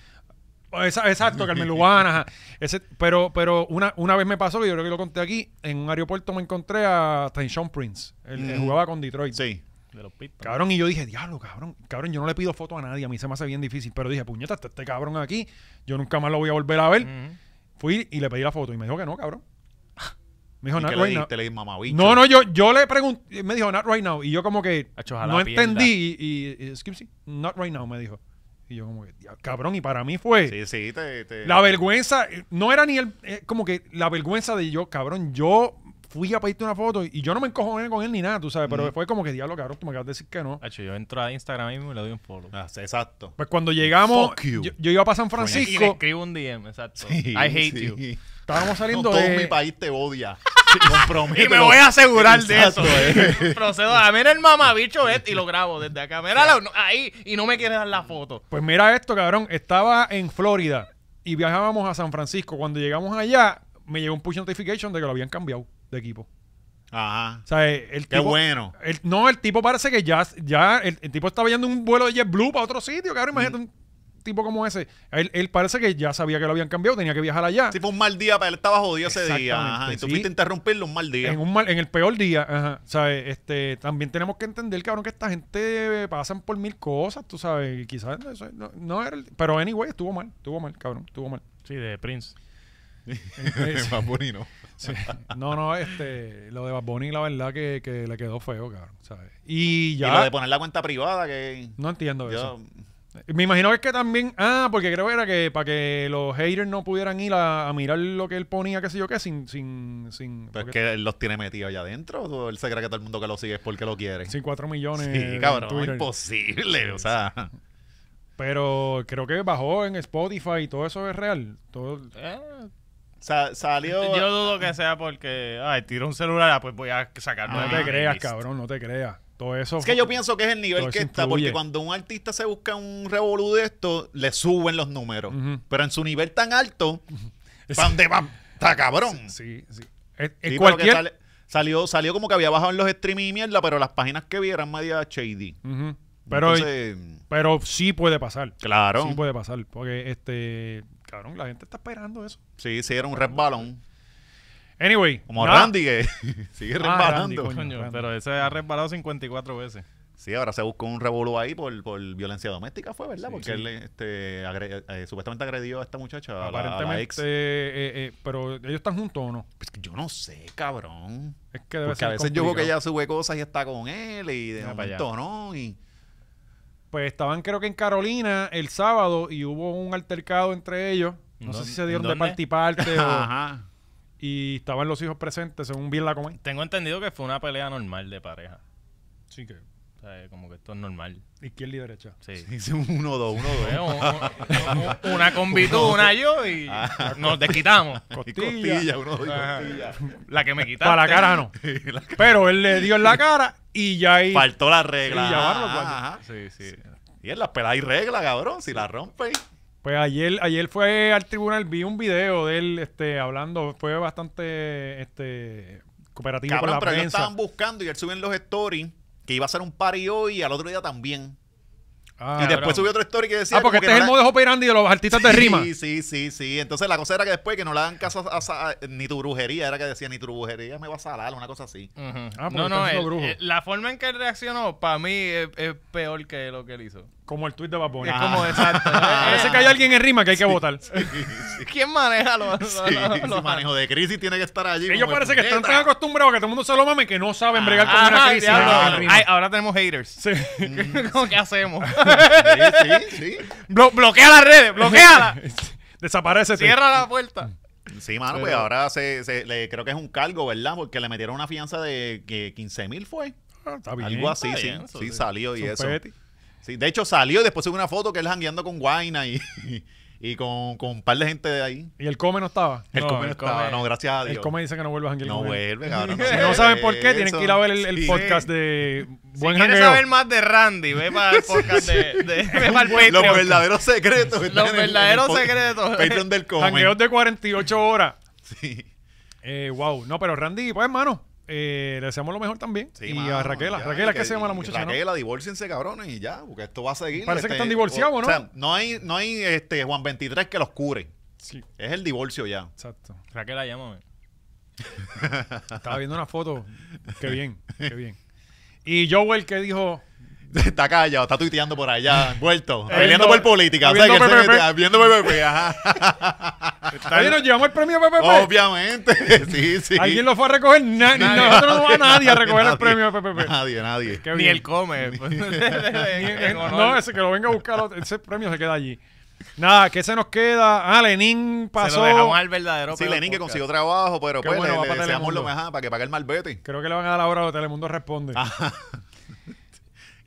Esa- exacto, Carmen Lubana. ajá. Ese- pero pero una, una vez me pasó, que yo creo que lo conté aquí, en un aeropuerto me encontré a Tension Prince, el que
Mm.
jugaba con Detroit.
Sí.
De los Pistons.
Cabrón, y yo dije, diablo, cabrón, cabrón, yo no le pido foto a nadie, a mí se me hace bien difícil, pero dije, puñeta, este, este cabrón aquí, yo nunca más lo voy a volver a ver.
Ujú.
Fui y le pedí la foto y me dijo que no, cabrón. Me dijo,
¿Y
"Not
qué le
right now".
dijiste? Le dijiste mamabicho.
No, no, yo, yo le pregunté, me dijo, not right now. Y yo como que
Acho, ojalá
no
pierda.
entendí y, y- excuse me, not right now, me dijo. Y yo como que, "Diablo, cabrón, y para mí fue...
Sí, sí, te... te-
La vergüenza, eh, no era ni el, eh, como que la vergüenza de yo, cabrón, yo fui a pedirte una foto y yo no me encojoné con él ni nada, tú sabes, pero fue como que diablo, cabrón, tú me acabas de decir que no.
Hacho, yo entro a Instagram mismo y le doy un follow.
Ah, sí, Exacto.
Pues cuando llegamos,
Fuck you.
yo, yo iba para San
Y le
Francisco,
escribo un DM, exacto.
Sí,
I hate
[laughs] sí.
you.
estábamos
No,
saliendo
todo mi
de...
país te odia. Compromételo.
Y me voy a asegurar
Exacto,
de eso. [laughs]
eh.
Procedo a mira el mamabicho este y lo grabo desde acá. Mira la- no, ahí y no me quiere dar la foto.
Pues mira esto, cabrón, estaba en Florida y viajábamos a San Francisco. Cuando llegamos allá, me llegó un push notification de que lo habían cambiado de equipo.
Ajá.
O sea, eh, el
Qué
tipo-
bueno.
El- no, el tipo parece que ya, ya el, el tipo estaba yendo en un vuelo de JetBlue para otro sitio, cabrón.
Mm.
Imagínate un tipo como ese. Él, él parece que ya sabía que lo habían cambiado, tenía que viajar allá.
Sí, fue un mal día para él. Estaba jodido ese día. Ajá. Y tú
Exactamente,
fuiste a
sí.
interrumpirlo un mal día.
en, un mal- en el peor día, ajá. ¿Sabes? Este, también tenemos que entender, cabrón, que esta gente eh, pasan por mil cosas, tú sabes. y Quizás eso no, no era el- Pero anyway, estuvo mal, estuvo mal, cabrón, estuvo mal.
Sí, de Prince.
[laughs] Más bonito. [laughs]
Sí. No, no, este, lo de Bad Bunny, la verdad que, que le quedó feo, cabrón, ¿sabes? Y
Y lo
ya.
de poner la cuenta privada que...
no entiendo
yo-
eso. Me imagino que es que también. Ah, porque creo que era que para que los haters no pudieran ir a, a mirar lo que él ponía, qué sé yo qué, sin. sin, sin
Pero
porque-
es pues, que él los tiene metidos allá adentro. ¿O él se cree que todo el mundo que lo sigue es porque lo quiere.
sin 4 millones.
Sí,
en
cabrón,
Twitter.
imposible. O sea,
Pero creo que bajó en Spotify y todo eso es real. Todo,
sa- salió.
yo dudo que sea porque, ay, tiro un celular, ah, pues voy a sacarlo
no
de
te
mi
creas,
list.
cabrón, no te creas. Todo eso.
es que
[laughs]
yo pienso que es el nivel
Todo
que
eso
está, porque
influye.
cuando un artista se busca un revolú de esto, le suben los números.
Ujú.
Pero en su nivel
[laughs]
tan alto, ¿pa' dónde va? Está cabrón.
Sí, sí. Es- es
Sí, pero que
cualquier.
sale- salió, salió como que había bajado en los streaming y mierda, pero las páginas que vi eran media shady.
Ujú. Pero.
Entonces,
Pero sí puede pasar.
claro.
Sí pues. puede pasar. Porque este. Cabrón, la gente está esperando eso.
Sí, sí, era un resbalón.
Anyway.
Como
nada.
Randy que [laughs] sigue
Ah,
resbalando.
Randy, coño.
Coño, pero ese ha resbalado 54 veces.
Sí, ahora se buscó un revolú ahí por, por violencia doméstica, fue, ¿verdad?
Sí,
Porque
sí.
él este, agre- eh, supuestamente agredió a esta muchacha, a la- a la, ex.
Aparentemente, eh, eh, pero ellos están juntos o no.
Pues que yo no sé, cabrón.
Es que debe
Porque
ser
a veces yo veo que
complicado.
ella sube cosas y está con él y de
Mira pa' allá.
momento no. Y...
Pues estaban creo que en Carolina el sábado y hubo un altercado entre ellos. No sé
¿Dónde-
si se dieron de
dónde?
parte y parte o-
[laughs] Ah, Ajá.
y estaban los hijos presentes según bien la comenta.
Tengo entendido que fue una pelea normal de pareja.
Sí que
O sea, como que esto es normal.
izquierda y derecha.
Sí.
Dice un 1-2,
Fue
1-2.
un- ¿eh? un- un- una con Vitu, una yo y nos desquitamos.
ah, Y
Costilla.
Costilla, 1-2 y
Ajá.
costilla.
La que me quitaste.
Para la cara no.
[laughs]
Pero él le dio en la cara y ya ahí
Faltó la regla.
Sí, pues, llamarlo,
Ah, Ajá, ajá.
Sí, sí.
Y en las pelas hay regla, cabrón. Si la rompe,
Pues ayer, ayer fue al tribunal, vi un video de él este, hablando, fue bastante este, cooperativo
Cabrón,
con la
pero ellos
prensa.
estaban buscando y él subió en los stories que iba a hacer un party hoy y al otro día también.
Ah,
y después
cabrón.
subió otro story que decía.
Ah, porque este
como que
es el
no la-
modus operandi de los artistas de rima.
Sí, sí, sí, sí. Entonces la cosa era que después que no le dan caso a, a- a- ni tu brujería, era que decía ni tu brujería me va a salar, una cosa así.
Ujú.
Ah, porque
no,
está
no,
siendo
él-
brujo.
eh, la forma en que él reaccionó para mí es, es peor que lo que él hizo.
Como el tweet de Bad Bunny.
ah.
Es como exacto.
[laughs]
Ah, Parece que hay alguien en rima que hay que votar.
¿Quién maneja los los-
Sí,
los-
su
los- [laughs]
manejo de crisis tiene que estar allí.
Ellos
como
parece que
puñeta.
están tan acostumbrados a que todo el mundo se lo mame que no saben bregar con
Ajá,
una crisis.
diablo.
Ah, en rima.
Ay, ahora tenemos haters.
Sí. [laughs]
[laughs] ¿Cómo que
[laughs]
hacemos?
Sí, sí, sí.
Blo- bloquea las redes, bloqueala.
Desaparece.
Cierra la puerta.
Sí, mano, pues ahora se, se- le, creo que es un cargo, ¿verdad? Porque le metieron una fianza de que 15 mil fue.
Ah, Está bien.
Algo así,
está
sí.
bien, eso
sí,
sí.
salió y
Son
eso.
petty.
Sí, de hecho salió y después subió una foto que él jangueando con Guaina y, y con, con un par de gente de ahí.
Y el come no estaba.
El
No,
come no
el
estaba,
come-
no, gracias a Dios.
El come dice que no vuelvas a janguear
no
con él.
vuelve, cabrón.
Si
se
no saben por qué,
puede
tienen que ir
eso.
a ver el, el
Sí.
podcast de Buen
si quieres saber
Jangueo.
más de Randy, ve para el podcast de, de- ve
[laughs]
para el Patreon.
Los verdaderos secretos. que
Los
están en el- en el
verdaderos
podcast.
secretos.
Patreon del
Jangueos
Comen.
de 48 horas.
Sí.
Eh, wow. No, pero Randy, pues hermano, eh, le deseamos lo mejor también.
Sí,
y
mano,
a Raquela.
ya,
Raquela, ¿qué se llama la muchacha? no?
Raquela, divórciense, cabrones, y ya, porque esto va a seguir. este,
Parece que están divorciados, ¿no?
O sea, no hay, no hay este, Juan 23 que los cure.
Sí,
Es el divorcio ya. [laughs]
exacto.
Raquel, llámame.
Estaba viendo una foto. Qué bien, qué bien. Y Joel que dijo,
Está callado, está tuiteando por
[laughs]
allá, envuelto.
Eh,
peleando
no,
por política. O sea, que
viendo
él se
PPP.
mete-
[laughs]
viendo PPP, ajá.
oye, nos llevamos el premio PPP.
Obviamente. [laughs] Sí, sí.
¿Alguien lo fue a recoger? Na- Nosotros no va nadie a
[laughs]
recoger el premio de PPP.
Nadie, nadie.
Qué
Ni
bien.
él come. [laughs]
Ni-
En honor.
no, ese que lo venga a buscar, otro- ese premio se queda allí. Nada, ¿qué se nos queda? Ah, Lenin
Se
pasó.
lo dejamos al verdadero.
Sí,
peor
Lenin que
podcast.
consiguió trabajo, pero
Qué
pues
bueno,
le-
va
le
para
deseamos lo
Telemundo.
mejor para que pague el malvete.
Creo que le van a dar ahora lo de Telemundo Responde.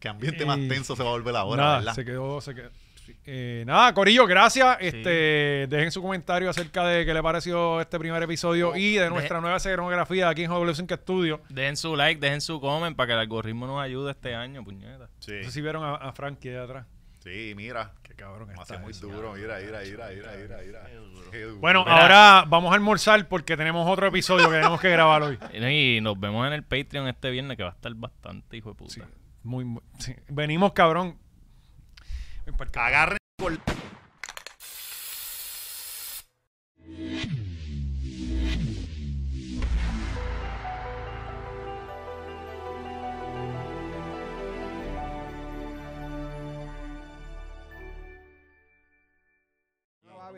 Qué ambiente más
Y-
tenso se va a volver ahora,
nada,
¿verdad?
se quedó, se quedó. sí. Eh, nada, Corillo, gracias. Este, Dejen su comentario acerca de qué le pareció este primer episodio y de nuestra nueva escenografía aquí en JW5 Studio.
Dejen su like, dejen su comment para que el algoritmo nos ayude este año, puñeta.
No
Sí,
sé si vieron a, a Frankie de atrás.
sí, mira.
Qué cabrón
Me hace
está
muy
eso.
duro, mira, mira, mira, mira, mira, mira. Qué duro.
Bueno,
Mira.
ahora vamos a almorzar porque tenemos otro episodio que tenemos que grabar hoy.
Y nos vemos en el Patreon este viernes que va a estar bastante, hijo de puta.
Muy, muy- sí. Venimos, cabrón.
agarren.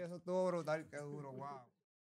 Eso estuvo brutal, qué duro, wow.